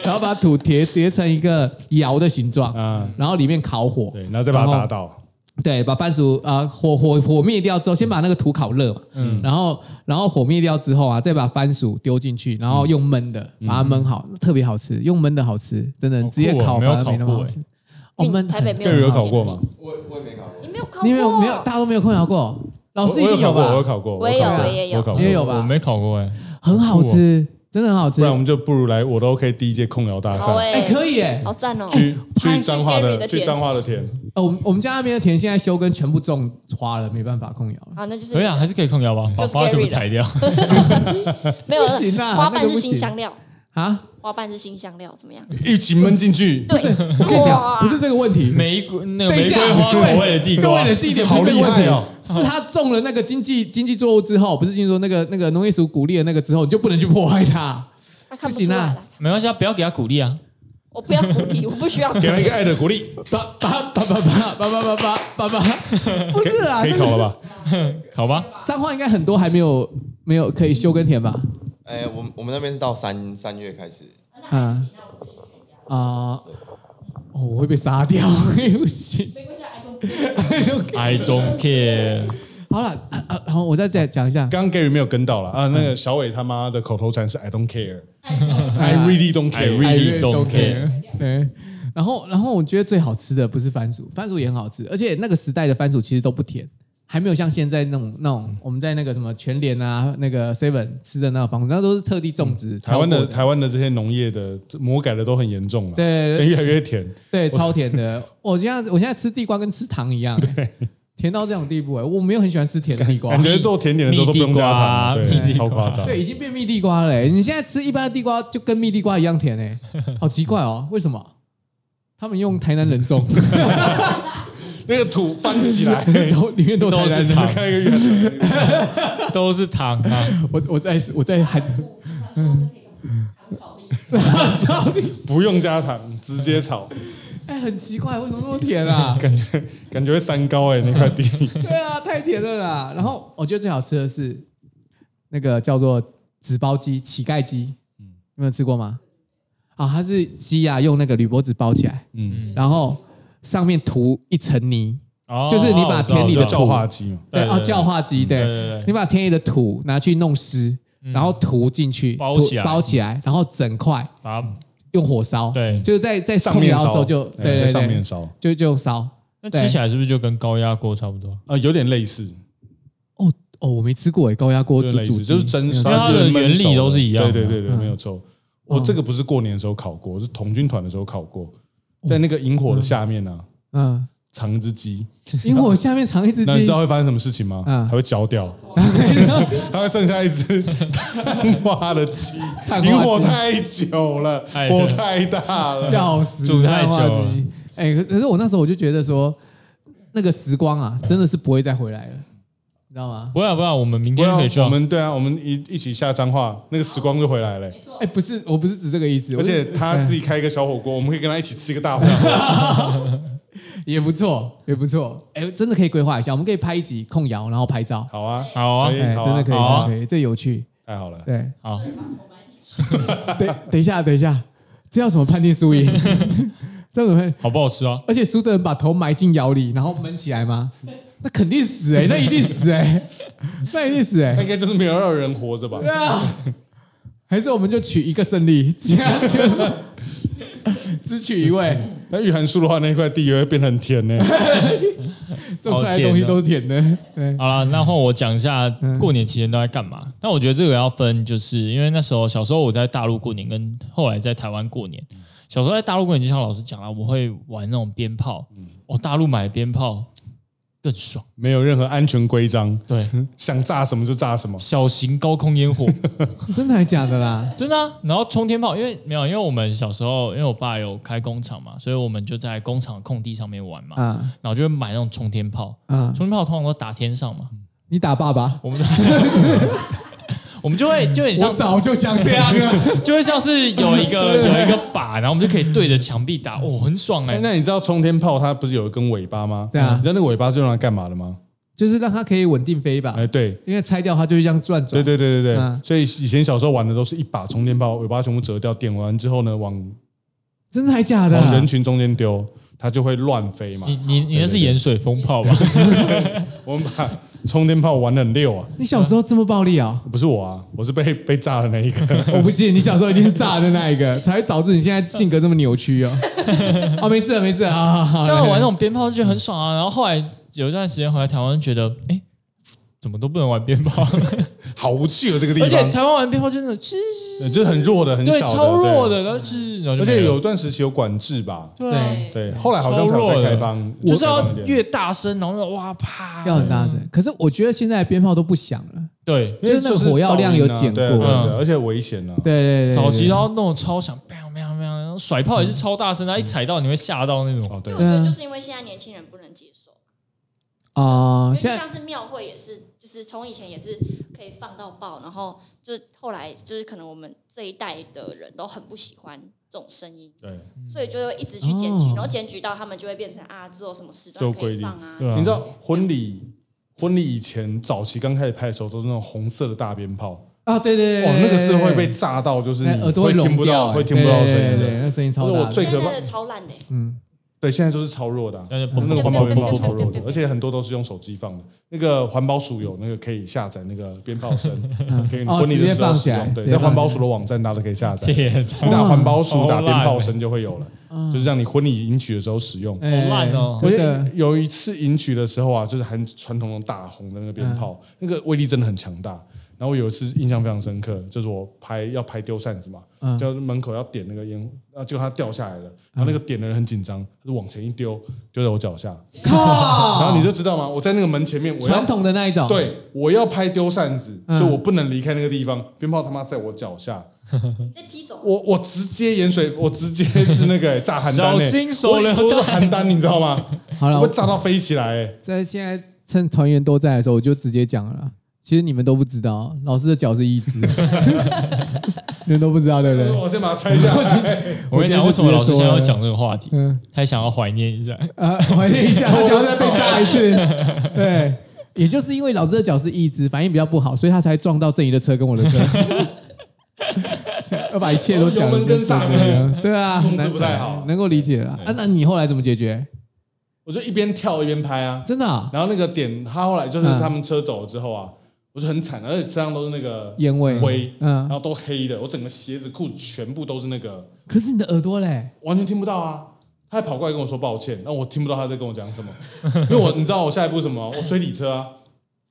然后把土叠叠成一个窑的形状，
啊，
然后里面烤火，
对，然后再把它打倒，
对，把番薯啊、呃火火火灭掉之后，先把那个土烤热嘛，嗯，然后然后火灭掉之后啊，再把番薯丢进去，然后用焖的把它焖好，特别好吃，用焖的好吃，真的
好酷哦
直接烤
没有
反而没
烤
那么
过
好吃。哦，焅
台北没有
对，有
烤
考过
过
吗？
我我也没考过
你，没有考过？
你没有没有，大家都没有空调过，老师
我
一
我有
定
考过，我有
吧？
考过，
我也有
考过
我也有
我考
你
过，
也有
我
吧？
没考过哎、
很好
酷哦
吃，真的很好吃
不然。我们就不如来我都 OK 第一届控聊大
好
赛，
哎、
哎，可以哎，
好赞哦、
去
拍
去彰
去
化
Gary 的
的
田
去彰化的田，
呃，我们我们家那边的田现在修根全部种花了，没办法控窑了。
好，那就是
可以啊，还是可以控聊吧，把
就是
花全部
Gary 的
裁掉。
没有
不行啊
花
那个
瓣
不
是新
行
香料，
啊，
花瓣是新香料，怎么样？
一起闷进
*laughs*
去，
对，
我
我
跟你讲，不是这个问题，
玫瑰那个
等一
玫
下
瑰花口味的地
各
瓜
位，冷静一点，
啊好
不是这个问题
厉害哦！
是他种了那个经济经济作物之后，不是经济作物那个那个农业署鼓励的那个之后，你就不能去破坏它。
他看
不
不
行
出
啊
来了。
没关系啊，不要给他鼓励啊。
我不要鼓励，我不需要
*laughs*
鼓
给他一
励
个。爱的鼓励，
叭叭叭叭叭叭叭叭叭叭，不是啊啦，
可以考了吧？
好吧，
那个？彰化应该很多还没有没有可以修跟田吧？
哎，我们我们那边是到三三月开始，
嗯啊，哦，我会被杀掉， *laughs* 不行。
I don't care。
好了， *coughs* 啊啊然后我再再讲一下，
刚刚 Gary 没有跟到了啊，那个小伟他妈的口头禅是 I don't care，I really don't
I
care。
really don't care。
对，然后然后我觉得最好吃的不是番薯，番薯也很好吃，而且那个时代的番薯其实都不甜，还没有像现在那种那种我们在那个什么全联啊、那个 Seven 吃的那个番薯，那都是特地种
嗯
植。
台湾
挑
的
过
台湾的这些农业的魔改的都很严重了，
对
所以越来越甜。
对超甜的，我现在我现在吃地瓜跟吃糖一样，甜到这种地步、欸，我没有很喜欢吃甜的地瓜
感。觉做甜点的时候都不用加糖，
蜜地瓜
对，超夸张。
对，已经变蜜地瓜了、欸。你现在吃一般的地瓜就跟蜜地瓜一样
*laughs*
甜诶、好奇怪哦，为什么？他们用台南人
*laughs*
种，
那个土翻起来， *laughs*
都里面都
都
台南
是
人
糖，
看一个圆，
都是糖啊！
我我在我在喊，嗯操你！
不用加糖，直接炒，
哎，很奇怪，为什么那么甜 *laughs* 啊？
感觉感觉会三高哎、那块地。
对啊，太甜了啦。然后我觉得最好吃的是那个叫做纸包鸡、乞丐鸡，你们有吃过吗？啊，它是鸡啊，用那个铝箔纸包起来，
嗯，
然后上面涂一层泥，
哦
就是你把田里
一个
的
我知道
叫化机嘛，
对
对
对
啊，
对
叫化鸡，对，
对对对
你把田里的土拿去弄湿，然后涂进去，
包起来
涂包起来，然后整块
我知道把
用火烧，
对
就是在在
上
控
面
窑的时
烧
候就
哎
对
在
对
上面
对，
烧，
就就烧。
那
对
吃起来是不是就跟高压锅差不多？
呃，有点类似，
哦哦，我没吃过诶，高压锅
有
煮
点类
煮
似，就是
鸡
蒸
因
烧，
为它的
就是焖
原理
熟
都是一样的
对对对对，
嗯
没有错。我这个不是过年的时候烤过，是童军团的时候烤过，
哦
在那个萤火的下面呢，
嗯，
藏一只鸡。
因为我下面藏一只
那你
鸡
知，道会发生什么事情吗？
嗯
它会焦
*laughs*
掉，它会剩下一只碳化的鸡
碳化。鸡
萤火太久了
*laughs* 哎，
火太大了。
笑死，
煮太久
蛋花
了
鸡。哎，可可是我那时候我就觉得说，那个时光啊，真的是不会再回来了，你知道吗？
不要不要，我们明
不
天
然
就可以去啊。
我们对啊，我们一一起下脏话，那个时光就回来了。
哎，不是，我不是指这个意思，
而且
我是
他自己开一个小火锅，我们可以跟他一起吃一个大火锅。
也不错，也不错。哎，真的可以规划一下，我们可以拍一集控窑，然后拍照。
好啊，
好啊
可以
哎，
好
真
啊
的可以，真
好啊
的可以，这有趣。
太好了。
对，
好，
*laughs* 等等一下，等一下，这要怎么判定输赢？ *laughs* 这要怎么判？
好不好吃啊？
而且苏德人把头埋进窑里，然后闷起来吗？那肯定死哎、那一定死哎、 *laughs* 那一定死哎、
那应该就是没有让人活着
*laughs*
吧？
对啊，还是我们就取一个胜利，其他全部 *laughs* 只取一位，
那御寒树的话，那块地也会变得很甜呢。 *laughs*
种出来的东西都是甜哦的。对，
好了，那换我讲一下过年期间都在干嘛。那我觉得这个要分，就是因为那时候小时候我在大陆过年，跟后来在台湾过年。小时候在大陆过年，就像老师讲了，我会玩那种鞭炮。哦，大陆买的鞭炮更爽，
没有任何安全规章，
对，
想炸什么就炸
*laughs*
什么。
小型高空烟火， *laughs*
真的还假的啦？
真的、啊。然后冲天炮，因为没有，因为我们小时候，因为我爸有开工厂嘛，所以我们就在工厂空地上面玩嘛，
嗯
啊
然后就会买那种冲天炮。
啊！
冲天炮通常都打天上嘛，
你打爸爸，
我们我们就会就很
我
像
早就想这样了。
就会像是有一
*laughs*
个有一个靶，然后我们就可以对着墙壁
*laughs*
打，哦，很爽哎、
哎，那你知道冲天炮它不是有一根尾巴吗？
对啊
你知道那个尾巴是用来干嘛的吗？
*laughs* 就是让它可以稳定飞
啊
吧。
哎，对，
因为拆掉它就会这样转
对
转。
对对对对
嗯，
所以以前小时候玩的都是一把充电炮，尾巴全部折掉，点完之后呢，往
真的还假的啊、
往人群中间丢，它就会乱飞嘛 *laughs*
你。你你那是盐水风
啊
炮吧？
我们把充电炮玩的很溜啊，
你小时候这么暴力啊、
不是我啊，我是被被炸的那一个。 *laughs*
*laughs* 我不信，你小时候一定是炸的那一个，才会导致你现在性格这么
*laughs*
扭曲啊！哦，没事了没事了，好 *laughs* 好好，
像玩那种鞭炮就觉得很爽啊。然后后来有一段时间回来台湾，觉得哎，怎么都不能玩鞭
*laughs*
炮，
好无趣哦，这个地
而且
方，
台湾玩鞭炮真的其实
对就是很弱的，很
对
小的，
超弱
对。
的，然后就是然后
而
就没
且
了
有段时期有管制吧，
对啊
对，后来好像才
超
有
弱
在
的
开放，
就是
开
要
放一点
越大声，然后那种哇啪
要很大
嗯
声。可是我觉得现在的鞭炮都不响了，
对。
因为
就是那个火药量有减过
对啊对啊对啊
嗯
而且危险呢。
对对对对，
早期
对
然后那种超响，bang bang bang，然后甩
嗯
炮也是超大声，然后一踩到你会吓到那种。
哦，对
因为，我觉得就是因为现在年轻人不能接受，
哦
因，为就
啊现在
像是庙会也是，就是从以前也是可以放到爆，然后就后来就是可能我们这一代的人都很不喜欢这种声音，
对，
所以就会一直去检举
哦，
然后检举到他们就会变成啊，只有什么时
就
段可
规
以
定
放啊，
对啊
你知道婚礼婚礼以前早期刚开始拍的时候都是那种红色的大鞭炮，
啊，对对对，
哇，那个是会被
对
炸到，就是
对
你
耳朵
会听
聋
不
掉
到，
欸，
会听不到声
对
音
对对对
的。
那声音超
我
大
啊最
的，
现
可
在
怕
的超烂的欸、
嗯，
对，现在就是超弱的啊，
现在就
就那个
嘣
环保
嘣
鞭炮
嘣
超弱
嘣
的
嘣，
而且很多都是用手机放的。那个环保署有那个可以下载那个鞭炮声，可以
哦
婚礼
直
的
接
时候
放起
使
来
用。对，
直接
在
放
环保
起
署的网站大家都可以下
*laughs*
载。
天啊，
你打环保署
哇
打鞭
超
炮
烂欸
声就会有了，嗯就是让你婚礼迎娶的时候使用。
哎
烂哦
我
嗯真
记
的
得有一次迎娶的时候啊，就是含传统的大红的
嗯
那个鞭炮，那个威力真的很强大。然后我有一次印象非常深刻，就是我拍要拍丢扇子嘛，
嗯
就门口要点那个烟，啊，结果它掉下来了，然后那个点的人很紧张，他就往前一丢，丢在我脚下，
靠，
*laughs* 然后你就知道吗？我在那个门前面，我要
传统的那一种，，
对我要拍丢扇子，
嗯
所以我不能离开那个地方，鞭炮他妈在我脚下，嗯
你在踢走，
我我直接盐水，我直接是那个、炸邯郸、欸，
小心手榴弹
我我邯郸你知道吗？
好了，
我
我
会炸到飞起来、欸，
在现在趁团员都在的时候，我就直接讲了啦。其实你们都不知道，老师的脚是一
*laughs*
只，你们都不知道，对不对？
我先把它拆下来。 *laughs*
我跟你讲，
我
为什
今天就直接
么老师现在
说
要
了
讲这个话题？
嗯，
他想要怀念一下，
呃， *laughs* 怀念一下，我想要再被炸一 *laughs* 次。对，也就是因为老师的脚是一只，反应比较不好，所以他才撞到正义的车跟我的车。 *laughs* 要把一切都讲
油
得啊
门跟刹车
对啊，
控制
难
不太好
能够理解了。啊，那你后来怎么解决？
我就一边跳一边拍啊，
真的啊
然后那个点，他后来就是
嗯
他们车走了之后啊，我就很惨，而且车上都是那个
烟味，
灰，然
嗯，
后都黑的，我整个鞋子裤全部都是那个，
可是你的耳朵嘞，
完全听不到啊。他还跑过来跟我说抱歉，那我听不到他在跟我讲什么， *laughs* 因为我你知道我下一步是什么？我追底车啊，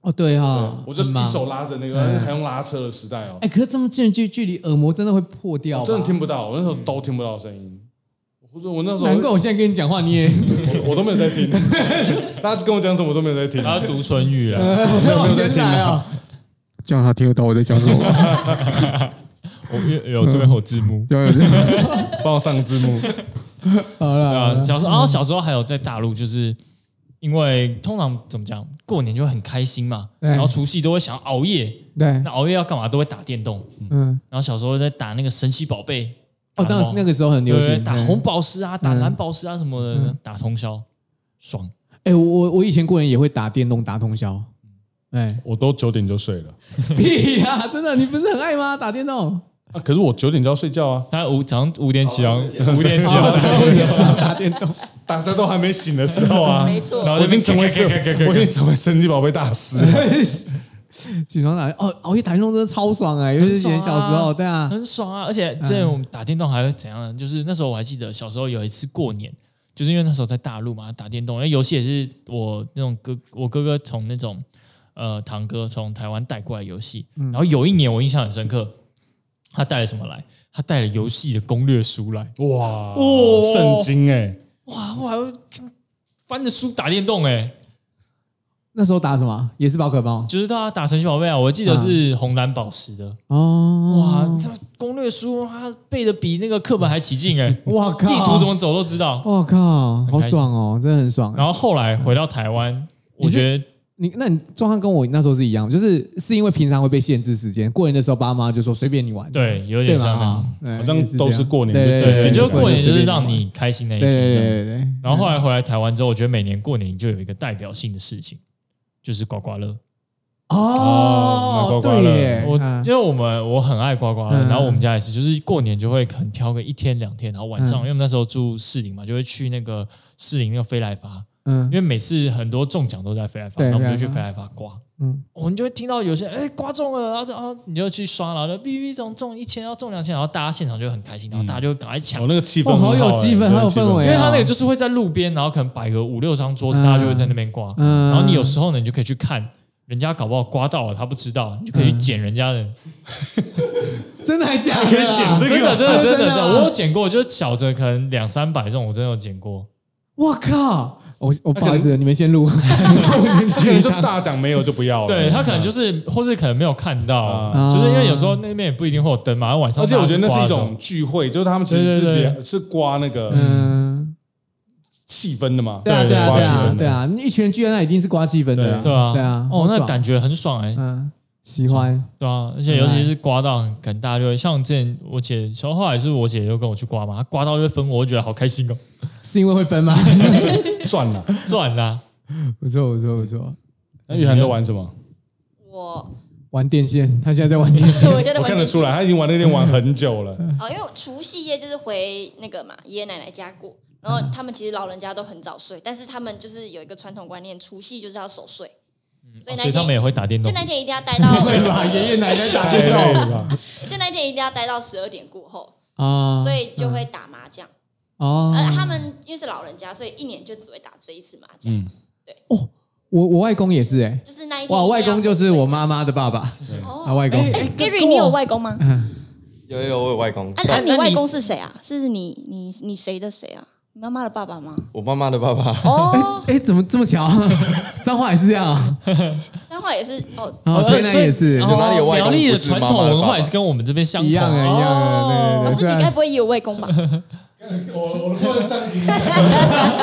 哦，对哈
对，我就
很忙
一手拉着那个，
嗯
还用拉车的时代哦，
哎、可是这么近的距距离，耳膜真的会破掉吧
我真的听不到，我那时候都听不到声音。我说我那时候
难怪我现在跟你讲话，
*laughs*
你也
我我都没有在
*laughs*
听，大家跟我讲什么我都没有在听。
他要读唇语啊。
*laughs* 没
有没有在听啊
啊。这样他听得到我在讲什么吗？
我有有这边有字幕。
帮我上字幕。，
好
对
了，
啊，小时候，然后小时候还有在大陆，就是因为通常怎么讲，过年就会很开心嘛，
对
然后除夕都会想要熬夜，
对
那，熬夜要干嘛？都会打电动。
嗯，
然后小时候在打那个神奇宝贝，
哦，当时那个时候很
对
流
不对
行
打红。宝石啊，打
嗯
蓝宝石啊什么的，打通宵，爽。
哎、我我我以前过年也会打电动打通宵。哎
*laughs*
我都九点就睡了
屁呀、真的，你不是很爱吗？打电动，
啊，可是我九点就要睡觉啊，
他五早上五点起
好
床，五点起啊
我
床，
也喜欢打电动。
大家都还没醒的时候啊，
没错，
然后
我已经成为
咔
神
咔咔咔咔，咔
我已经成为神奇宝贝大师了。
起床打哦，熬夜打电动真的超爽哎、尤其是以前
很爽
小
啊
时候，对啊，
很爽啊！而且之前我们打电动还会怎样呢？就是那时候我还记得小时候有一次过年，就是因为那时候在大陆嘛打电动，因为哎游戏也是我那种哥我哥哥从那种呃堂哥从台湾带过来游戏，然后有一年我印象很深刻，他带了什么来？他带了游戏的攻略书来，
哇，
哦
圣经哎，
哇！我还会翻着书打电动哎、
那时候打什么也是宝可梦
就是他打神奇宝贝啊，我记得是红蓝宝石的，哇
哦，！
这攻略书他背的比那个课本还起劲哎、
*laughs* 哇，哇靠，
地图怎么走都知道。
我靠，好
很开心
爽哦，真的很爽。
然后后来回到台湾，
你
我
是
觉得
你那你状况跟我那时候是一样，就是是因为平常会被限制时间，过年的时候爸妈就说随便你玩，
对有
对
点像那
嘛
样，，
对
好像都是过年
也
就
这样
对
对，
对
就
对
过年就
随
是
便玩
让你开心那一
对
天。这
对
样
对对对，
然后后来回来台湾之后，我觉得每年过年就有一个代表性的事情，就是刮刮乐。
哦买刮
哦，
刮乐
对耶，
我
啊
因为我们我很爱刮刮乐，
嗯
然后我们家也是，就是过年就会可能挑个一天两天，然后晚上，
嗯
因为我们那时候住士林嘛，就会去那个士林那个飞来发，
嗯
因为每次很多中奖都在飞来发，
对
然后我们就
飞
去
来发
飞来发刮。
嗯
我哦们就会听到有些人哎刮中了，然后就哦你就去刷，然后就哔哔中中一千，要中两千，然后大家现场就很开心，然后大家就赶快抢
哦，，那个气氛
哦
很
好有
欸
气氛
对
好有
气
氛围
因为
对啊
他那个就是会在路边，然后可能摆个五六张桌子，
嗯
大家就会在那边刮。
嗯
然后你有时候呢，你就可以去看人家搞不好刮到了，他不知道，你就可以去捡人家的。
真的还假的啊？
可以剪嗯这个
真的，真的，
真的
真的，真
啊
的，我有捡过，就是小着可能两三百这种，我真的有捡过。
我靠！我我不好意思，你们先 *laughs* 录，我先
可
去
能
*laughs* 一
就
趟。
大奖没有就不要了。
对他可能就是，或是可能没有看到，
啊
就是因为有时候那边也不一定会有灯嘛，然后晚上
而且我觉得那是
大家去刮的
一
时候
种聚会，就是他们其实是
对对对
比是刮那个
嗯，
气氛的嘛，
对啊，对啊，
刮
对
气氛
啊
的，
对啊，一群人聚在那一定是刮气氛的啦，
对啊，
对啊，
哦，那
爽
感觉很爽哎，
嗯，喜欢，
对啊，而且尤其是刮到，可能大家就会像之前我姐，小后来是我姐就跟我去刮嘛，她刮到就会分我，我就觉得好开心哦， *laughs*
是因为会分吗？啊
赚了。
赚啦！
不错，不错，不错。
那雨涵都玩什么？
我
玩电线，他现在在玩
*laughs*
电线。
我觉得
我
蛮
看得
年轻
出来，他已经玩那天玩很久
*laughs*
了。
哦，因为我除夕夜就是回那个嘛爷爷奶奶家过，然后他们其实老人家都很早睡，但是他们就是有一个传统观念，除夕就是要守岁，所
哦
以
嗯
那
所以
一
他
天
们也会打电
就
动，
那一天一定要待到，
*laughs*
吧？爷爷奶奶打
太累了吧？
就那一天一定要待到十二点过后，
啊，
所以就会打麻将。
哦。
呃，他们因为是老人家，所以一年就只会打这一次麻将，
嗯，
我我外公也是哎，
就是那一天。
哇，外公就是我。妈妈的爸爸啊，
哦
外公。
，Gary，你有外公吗？
有有有，我有外公
啊，，
但
那你
那你
外公是谁啊？是你你你谁的谁啊？你妈妈的爸爸
*laughs*
吗？
我妈妈的爸爸，
哦，
哎，怎么这么巧？ *laughs* 脏话也是这样啊，
彰化也是哦，
哦，
呃
台南
所以
也是
哦
有哪里有外公
苗栗的
不是
传
妈妈的
统文
爸
化
爸
也是跟我们这边相
一样啊，
同
一样啊，对
哦
老
对对。
师
虽
你
然哦
该不会也有外公
*laughs*
吧？
啊
我我不能上集。 *laughs*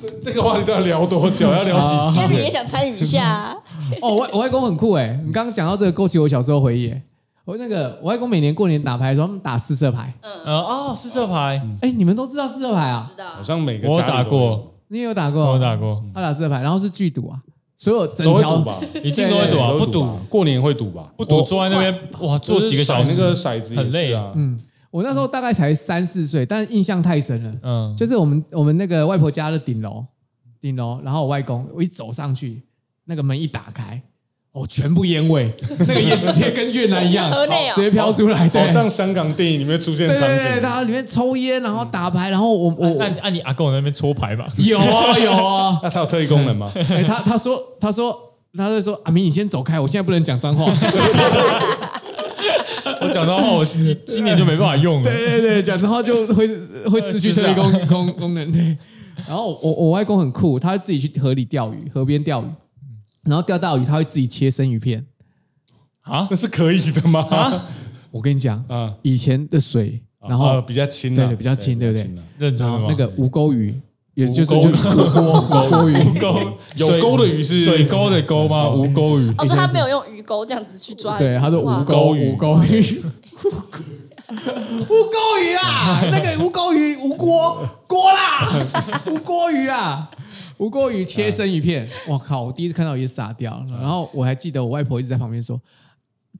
这这个话题都要聊多久？要聊几
啊
集
Gary 也想参与一下
*laughs*
啊，
哦，我外我外公很酷哎，你刚刚讲到这个，勾起我小时候回忆哎。我那个我外公每年过年打牌的时候，他们打四色牌。
呃哦，是这牌，
哎，你们都知道四色牌啊？
嗯知道啊
好？像每个
我有
家里
打
都
过，
你也有打过？
我有打。过，
他打四色牌，然后是剧赌啊，所有整
有，都会
条
赌吧？
一定都会赌啊，
都
不
会赌
赌
吧，过年会赌吧？
不赌，坐在那边哇，坐几个小
就是甩那个
时，
骰子也是啊
很累啊
嗯，我那时候大概才三四岁，但印象太深了。
嗯，
就是我们我们那个外婆家的顶楼，顶楼，然后我外公我一走上去，那个门一打开，哦，全部烟味，那个烟直接跟越南一样，
河内哦
直接飘出来，对
好，像香港电影里面出现
对
的场
对对，
景。
他里面抽烟，然后打牌，然后我我
按按
我
按你阿公那边搓牌嘛，
有啊有啊，
那它有特异功能
*laughs*
吗？
哎，他他说他说他就说阿明，你先走开，我现在不能讲脏话。
*laughs* 我讲脏话，我今今年就没办法用了，
对对对，讲真话就会会失去特异功功功能。对，然后我我外公很酷，他会自己去河里钓鱼，河边钓鱼，然后钓到鱼，他会自己切生鱼片。
啊
那是可以的 *laughs* 吗？
我跟你讲，
啊，
以前的水，啊然后、
啊比较轻啊，
对对比较轻对不对
比较轻啊
认真
然
的吗？
后那个吴钩鱼，也就是
吴
就
钩
是湖锅湖锅鱼，
钩
有钩的鱼是
水沟的沟吗？
哦
无钩鱼，
哦，所以他没有用鱼钩这样子去抓鱼。
对，他说
哇
吴钩
钩鱼
吴钩鱼。 *laughs* 吴钩鱼啦，那个吴钩鱼吴锅锅 *laughs* 啦，吴锅鱼啦，吴锅鱼切生鱼 *laughs* 片，嗯我靠！我第一次看到也傻掉了，然后我还记得我外婆一直在旁边说：“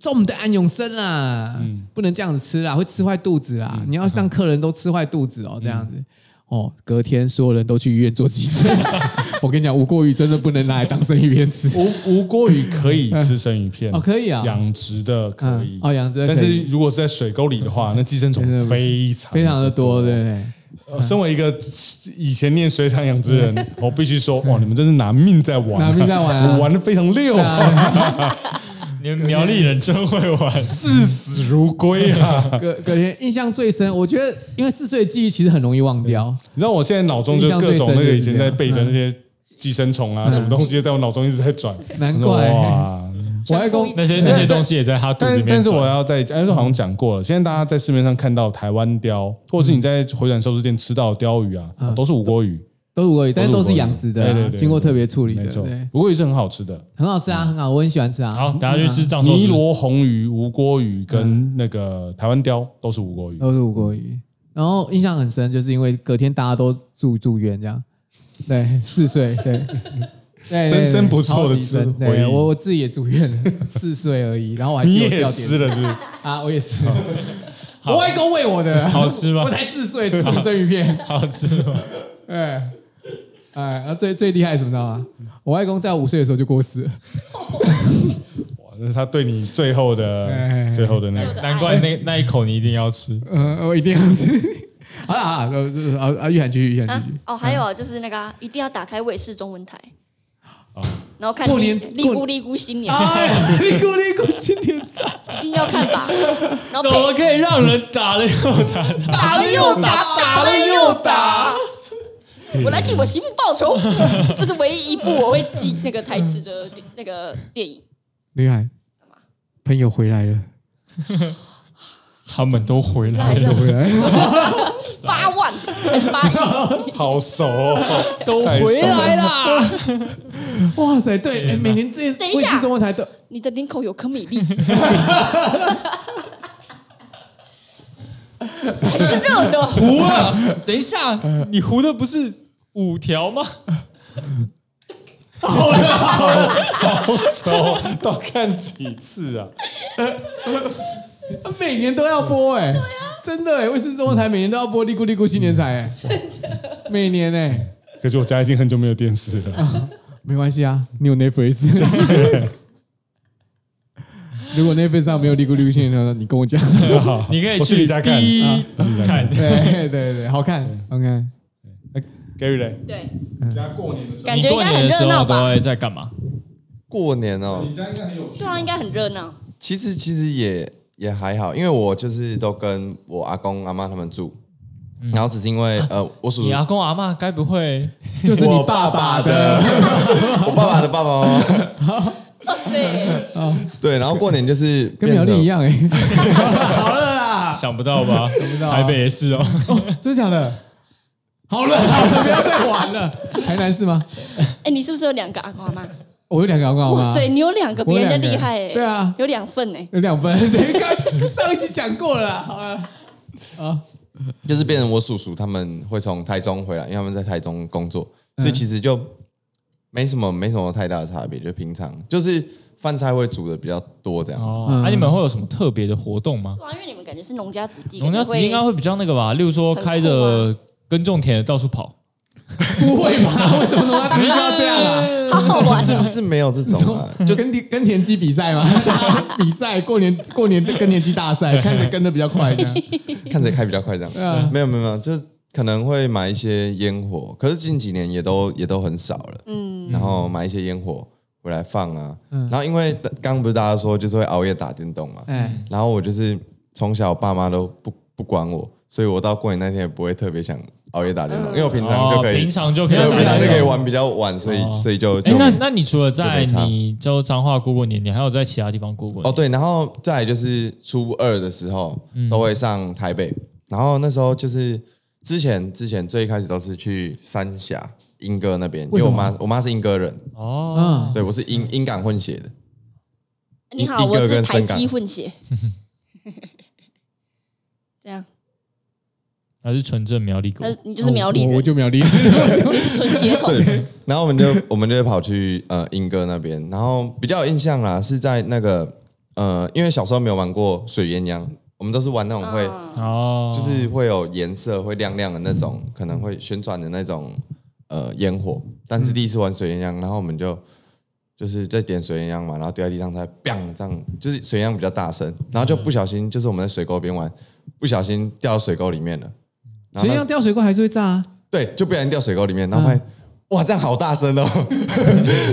重的安永生啦，啊不能这样子吃啦，会吃坏肚子啦，你要让客人都吃坏肚子哦，这样子。”哦，隔天所有人都去医院做急诊。 *laughs* 我跟你讲，吴锅鱼真的不能拿来当生鱼片吃。
无无锅鱼可以吃生鱼片
哦，可以啊，
养殖的可以
嗯，哦养殖的可以嗯
但是如果是在水沟里的话，那寄生虫
真的不
非常
非常的多，对不对？
呃身为一个以前念水产养殖
*laughs*
人，我必须说，哇，你们真是拿命在玩啊，
拿命在玩啊
我玩的非常溜
*laughs*
啊，
你们苗栗人真会 *laughs* 玩，
视死如归
*laughs*
啊！
隔隔天印象最深，我觉得因为四岁的记忆其实很容易忘掉。
你知道我现在脑中就各种那个以前在背的那些寄生虫啊，什么东西在我脑中一直在转，
难怪
哇！
我外
像故
公
意
那些那些东西也在他肚子里面
但
转。
但是我要再讲，哎，这好像讲过了。现在大家在市面上看到台湾鲷，或者是你在回转寿司店吃到的鲷鱼啊，哦都是五锅鱼，
都无语，但是都是养殖的
对对
啊，
对对
经过特别处理
没
的，
错
对，，
五锅鱼是很好吃的。
很好吃啊，很好，我很喜欢吃啊。
好，大家去吃藏寿
尼
司。
罗红鱼、无锅鱼跟那个台湾鲷都是无锅鱼，
都是吴国鱼。然后印象很深，就是因为隔天大家都住住院这样，对，四岁，对，
*laughs*
对，
真
对
真
对
不错的
超级
吃
真
回忆
对我我自己也住院了， *laughs* 四岁而已，然后我还
你
是有
也
掉
吃
点
了是不是？
啊，我也吃了，我外公喂我的，
好吃吗
*laughs* 我才四岁吃生鱼片，
好吃 *laughs* 吗？
*laughs* 哎哎，啊最最厉害什么知道吗？我外公在五岁的时候就过世了，
哇，那是他对你最后的
哎
最后的那
我
个
的
难怪那那一口你一定要吃。
嗯，我一定要吃。 *laughs* 好了好了，呃呃啊啊，玉涵继续，玉涵
啊
继续。
哦，还有啊就是那个啊一定要打开卫视中文台，
啊
然后看
过
利
年
利
过
咕利咕新年，
哎 *laughs* 呀，立功立功，新年赞！
一定要看吧。然后
*laughs* 怎么
配
可以让人打了又打打？
打了又打，打了又打，我来替我媳妇报仇。 *laughs* 这是唯一一部我会记那个台词的那个电影。
女孩，朋友回来了，
他们都回来
来
了，
了
回
*laughs*
来了，
八万还是八亿？
好熟哦，
都回来啦！
哇塞，对，哎每年这
等一下
卫视中文台都啊
你的领口有颗米粒，还是热的。
糊 *laughs* 了，啊等一下，你糊的不是五条吗？
好熟，到看几次啊？
每年都要播哎、
啊
真的哎、卫视中文台每年都要播《利咕利咕新年彩》哎，真的，每年哎、
可是我家已经很久没有电视了，
没关系啊，你有 Netflix。如果 Netflix 上没有《利咕利咕新年彩》，你跟我讲。
好
*laughs* 你可以
我去你家看。
逼
啊我去你家看
看
对对对，好看，OK。
Gary 嘞，
对，
你家过年的时
感觉应该很热闹吧？
会在干嘛？
过年哦，
家应该很有趣
对啊，应该很热闹。
其实其实也也还好，因为我就是都跟我阿公阿妈他们住，然后只是因为呃，我叔叔
你阿公阿妈该不会
就是你
我
爸
爸
爸
的，我爸爸的 *laughs* 爸爸妈妈，
哇塞，
对，然后过年就是
跟苗栗一
样，
样哎、好了啦，
想不到吧？ *laughs* 想不
到啊
台北也是哦。
真的假的？好了好了，不要再玩了。台南是吗？
哎，你是不是有两个阿公阿妈？
我有两个阿公阿
哇
妈，
塞，你有两个，比人家厉害哎。
对啊
有两份哎。
有两分。 *laughs* 对，刚上一期讲过了啦。好了，
就是变成我叔叔他们会从台中回来，因为他们在台中工作，所以其实就没什么没什么太大的差别，就平常就是饭菜会煮的比较多这
*laughs*
样。
哦，那你们会有什么特别的活动吗？
对啊，因为你们感觉是农家子弟，
农家子弟应该
感觉
会比较那个吧，例如说开着耕种田的到处跑，
不会吧？为什么农家子弟就要这样啊？
会好好
*laughs*
玩
是
哦
不。是没有这种啊？
就
就
跟田跟田鸡比赛吗？比赛过年过年跟田鸡大赛，看谁跟的比较快这样。
看谁开比较快这
啊
样。没有没有没有，就是可能会买一些烟火，可是近几年也都也都很少了。
嗯，
然后买一些烟火回来放啊。然后因为刚刚不是大家说就是会熬夜打电动嘛，
哎，
然后我就是从小我爸妈都不不管我，所以我到过年那天也不会特别想熬夜打电动，因为我平常就
哦
可，以
平，常就可以
对，
打
我平
打
常就
电
可以
动。
玩比较晚，所以
哦
所以就
哎
就，
那那你除了在
就没差
你就彰化过过年，你还有在其他地方过过年？
哦，对，然后再来就是初二的时候、
嗯
都会上台北，然后那时候就是之前之前最一开始都是去三峡莺歌那边，因
为
为
什
我
么
妈我妈是莺歌人，
哦，
对我是莺莺港混血的，
你好，
一
我
个
是
跟
台
深港
积混血。这样，
还是纯正苗栗狗
他。你
哦
就是苗栗
我我
人，
就苗栗。
*laughs* 你是纯血
哦
统。
*laughs* 对，然后我们就我们就会跑去呃莺歌那边，然后比较有印象啦，是在那个呃，因为小时候没有玩过水鸳鸯，我们都是玩那种会、
嗯
哦，
就是会有颜色会亮亮的那种，可能会旋转的那种呃烟火，但是第一次玩水鸳鸯，然后我们就。就是在点水鸳鸯嘛，然后丢在地上，它 bang 这样，就是水鸳鸯比较大声，然后就不小心，就是我们在水沟边玩，不小心掉到水沟里面了。然
水
后那
样掉水沟还是会炸啊。
*laughs*
对，就不小心掉水沟里面，然后发现、哇，这样好大声哦，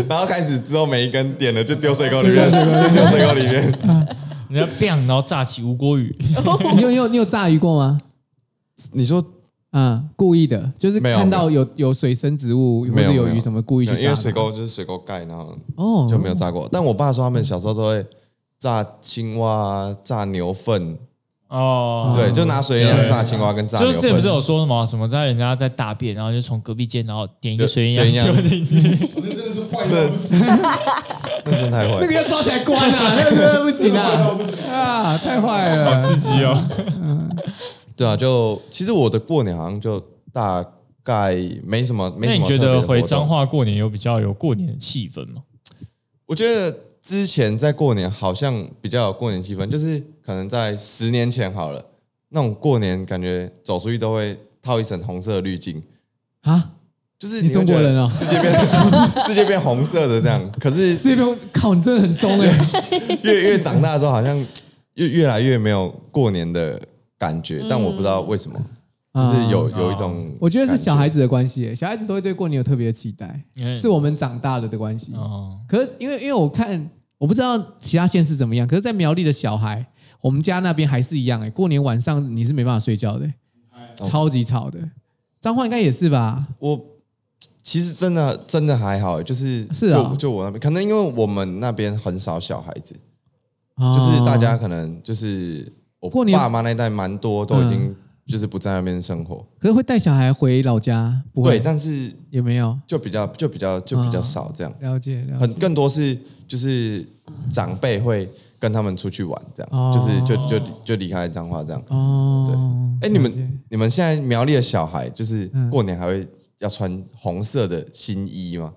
然后开始之后每一根点了就丢水沟里面，就丢水沟里面，
人家 bang，然后炸起吴锅鱼，
你有你有你有炸鱼过吗？
你说
嗯，故意的，就是
没有
看到有有水生植物或
没
者
有
有
没
鱼
有
什么，故意去炸的。
因为水沟就是水沟盖，然后
哦
就没有炸过。但我爸说他们小时候都会炸青蛙啊、炸牛粪，
哦，
对，就拿水
对
量炸青蛙跟炸
就
牛
是之前不是
粪。
有说什么什么在人家在大便，然后就从隔壁间，然后点一个
对
水烟
水
丢进
烟 *laughs*
去，
我那真的是坏
到
不行，
*laughs* 那真的太
那
坏
个
了。
要抓起来关
*laughs*
啊，那个真的不行啊，啊，太坏了。
刺激哦。
对啊，就其实我的过年好像就大概没什么没
那
什
你
么特
觉
别的活
得
动。
回彰化过年有比较有过年的气氛吗？
我觉得之前在过年好像比较有过年气氛，就是可能在十年前好了，那种过年感觉走出去都会套一层红色的滤镜，
啊，
就是
你
会
中
觉
国
得
人哦
世界变世界变红色的这样。可是
这边靠你真的很中哎、
越越长大之后，好像越越来越没有过年的感觉，但我不知道为什么，就是有有一种，
嗯哦我觉得是小孩子的关系耶，欸小孩子都会对过年有特别的期待
哎
嗯，
是我们长大了的关系。
哦，
可是因为因为我看，我不知道其他县市怎么样，可是，在苗栗的小孩，我们家那边还是一样哎，过年晚上你是没办法睡觉的耶，欸
嗯
超级吵的。彰化应该也是吧？
我其实真的真的还好，就是
是啊
就就我那边，可能因为我们那边很少小孩子，
就
哦就是大家可能就是我
哦过年嗯
爸妈那一代蛮多都已经就是不在那边生活，
可是会带小孩回老家，不
对，
会
但是
也没有
就比较就比较就比较
嗯
少这样，
了解了
很
解。
更多是就是长辈会跟他们出去玩这
哦
样，就是就就就离开彰化这样。
哦，
哎，你
了解
们你们现在苗栗的小孩就是
嗯
过年还会要穿红色的新衣吗？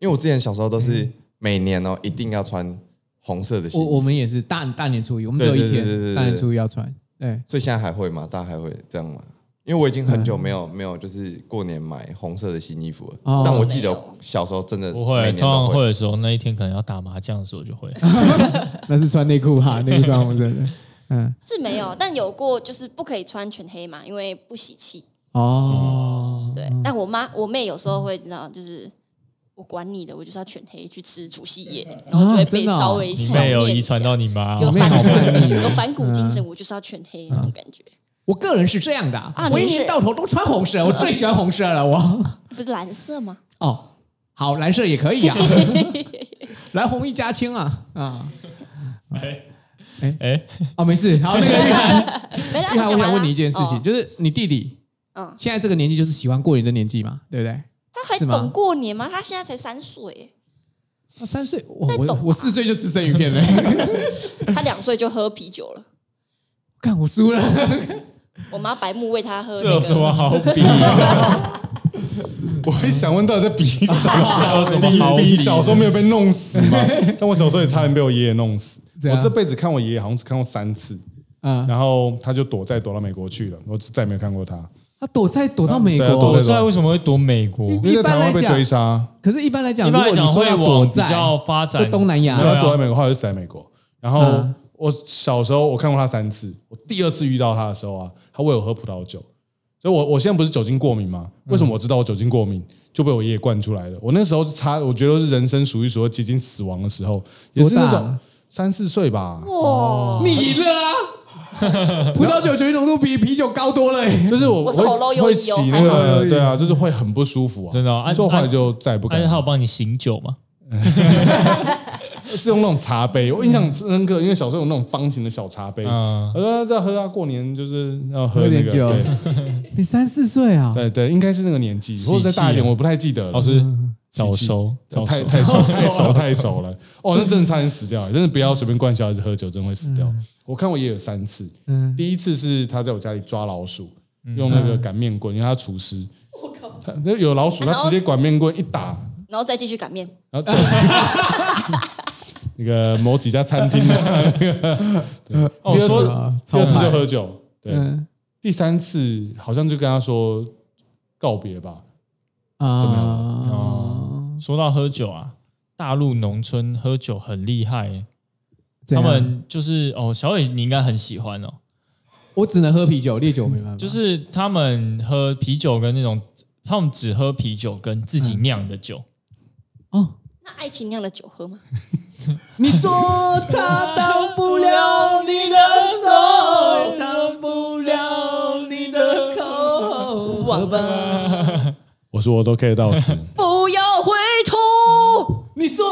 因为我之前小时候都是每年哦一定要穿红色的
嗯
新
我
衣
我，们也是大大年初一，我们只有
对
一
对对对
天，
对
大年
对
初一要穿。对，
所以现在还会吗？大家还会这样吗？因为我已经很久没有没有就是过年买红色的新衣服了，
嗯哦
但我记得
没有
小时候真的
不
每
会，
年
通
都
常会的时候，那一天可能要打麻将的时候就
*laughs*
会。
那是穿内裤
*laughs*
哈，内裤穿红色的。嗯，
是没有，但有过就是不可以穿全黑嘛，因为不喜气。
哦，
对，但我妈我妹有时候会知道，就是我管你的，我就是要全黑去吃除夕夜，然后就会被
真的哦
稍微
你
小
妹有
面
遗
一
传
下
到你妈哦，
有
我妹
反
好叛逆
骨
哦
有反骨精神，我就是要全黑
嗯
那种感觉，
我个人是这样的啊
啊
我一
你是
年到头都穿红色，我最喜欢红色了。我
不是蓝色吗？
哦，好，蓝色也可以啊，来红一家亲啊啊
哎，
哦，没事。好，那个玉涵，
没啦，
玉
讲
涵，啊我
完
想
啦
问你一件事情，
哦
就是你弟弟
嗯，
现在这个年纪就是喜欢过年的年纪嘛，对不对？
他还
是吗
懂过年吗？他现在才三岁，
哦三岁，我
在
我
懂
我四岁就吃生鱼片了，
他两岁就喝啤酒了。
看我输了。
我妈白目喂他喝
这
那
有什么
个，
好
*laughs*
比的？
我也想问，到底在比什么？
有 *laughs* 什么好
比
比
比小时候没有被弄死吗？但我小时候也差点被我爷爷弄死。
怎
我
样
这辈子看我爷爷好像只看过三次，
啊，
然后他就躲债躲到美国去了，我再也没有看过他。
他躲在躲到美
对啊躲
国
我
在，
知道为什么会躲美国，
一
一
因为在台湾会被追杀，
可是一般来讲，如
般来
果你
讲
说
会
要躲
往比
在
较发展
就东南亚
对
对
他躲在
啊，
美国，他就死在美国。然后
嗯
我小时候我看过他三次，我第二次遇到他的时候啊，他喂我喝葡萄酒，所以我我现在不是酒精过敏吗？
嗯
为什么我知道我酒精过敏？就被我爷爷灌出来了。我那时候是差，我觉得是人生数一数二接近死亡的时候，也是那
多
种
大
三四岁吧。
哇，
你了啊！葡萄酒酒精浓度比啤酒高多了、欸。
就是我
我是喉咙
会
有
会
异
起
哦
那
还好有
个，
异
对啊，就是会很不舒服啊，
真的哦啊
所以我后来就再也不敢
但是。他有帮你醒酒吗？
是用那种茶杯，我印象深刻，因为小时候有那种方形的小茶杯，
嗯
我说在喝啊，过年就是要喝
喝
那
点
个
酒
对
你三四岁啊？
对对，应该是那个年纪，
哦喜气
或者再大一点，
啊
我不太记得了。嗯
老师
早
早熟，早
太
熟，*laughs*
太熟太熟太熟了，哦，那真的差点死掉，真的不要随便灌小孩子喝酒，真的会死掉。
嗯
我看我也有三次，
嗯，
第一次是他在我家里抓老鼠，
嗯
用那个擀面棍，因为他厨师，
我靠！
他那哎有老鼠，他
然后
直接擀面棍一打，
然后再继续擀面，
然后对 *laughs* 那个某几家餐厅的，对
哦
第二
说
次
啊
第
超
二次就
惨
喝酒，对，
嗯
第三次好像就跟他说告别吧，
啊
怎么样
哦说到喝酒啊，大陆农村喝酒很厉害耶、
怎
他
样
们就是哦，小伟你应该很喜欢哦，
我只能喝啤酒，烈酒没办法。
就是他们喝啤酒跟那种，他们只喝啤酒跟自己酿的酒。
哦，
那爱情酿的酒喝吗？
*laughs*
*laughs*
你说他挡不了你的手，挡不了你的口，忘吧。
我说我都 get 到词，
不要回头。
你说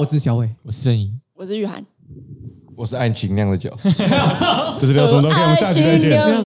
我是小伟，
我是正义，
我是玉涵，
我是爱情酿的酒，
*laughs*
这是聊什么东西？我们下期再见。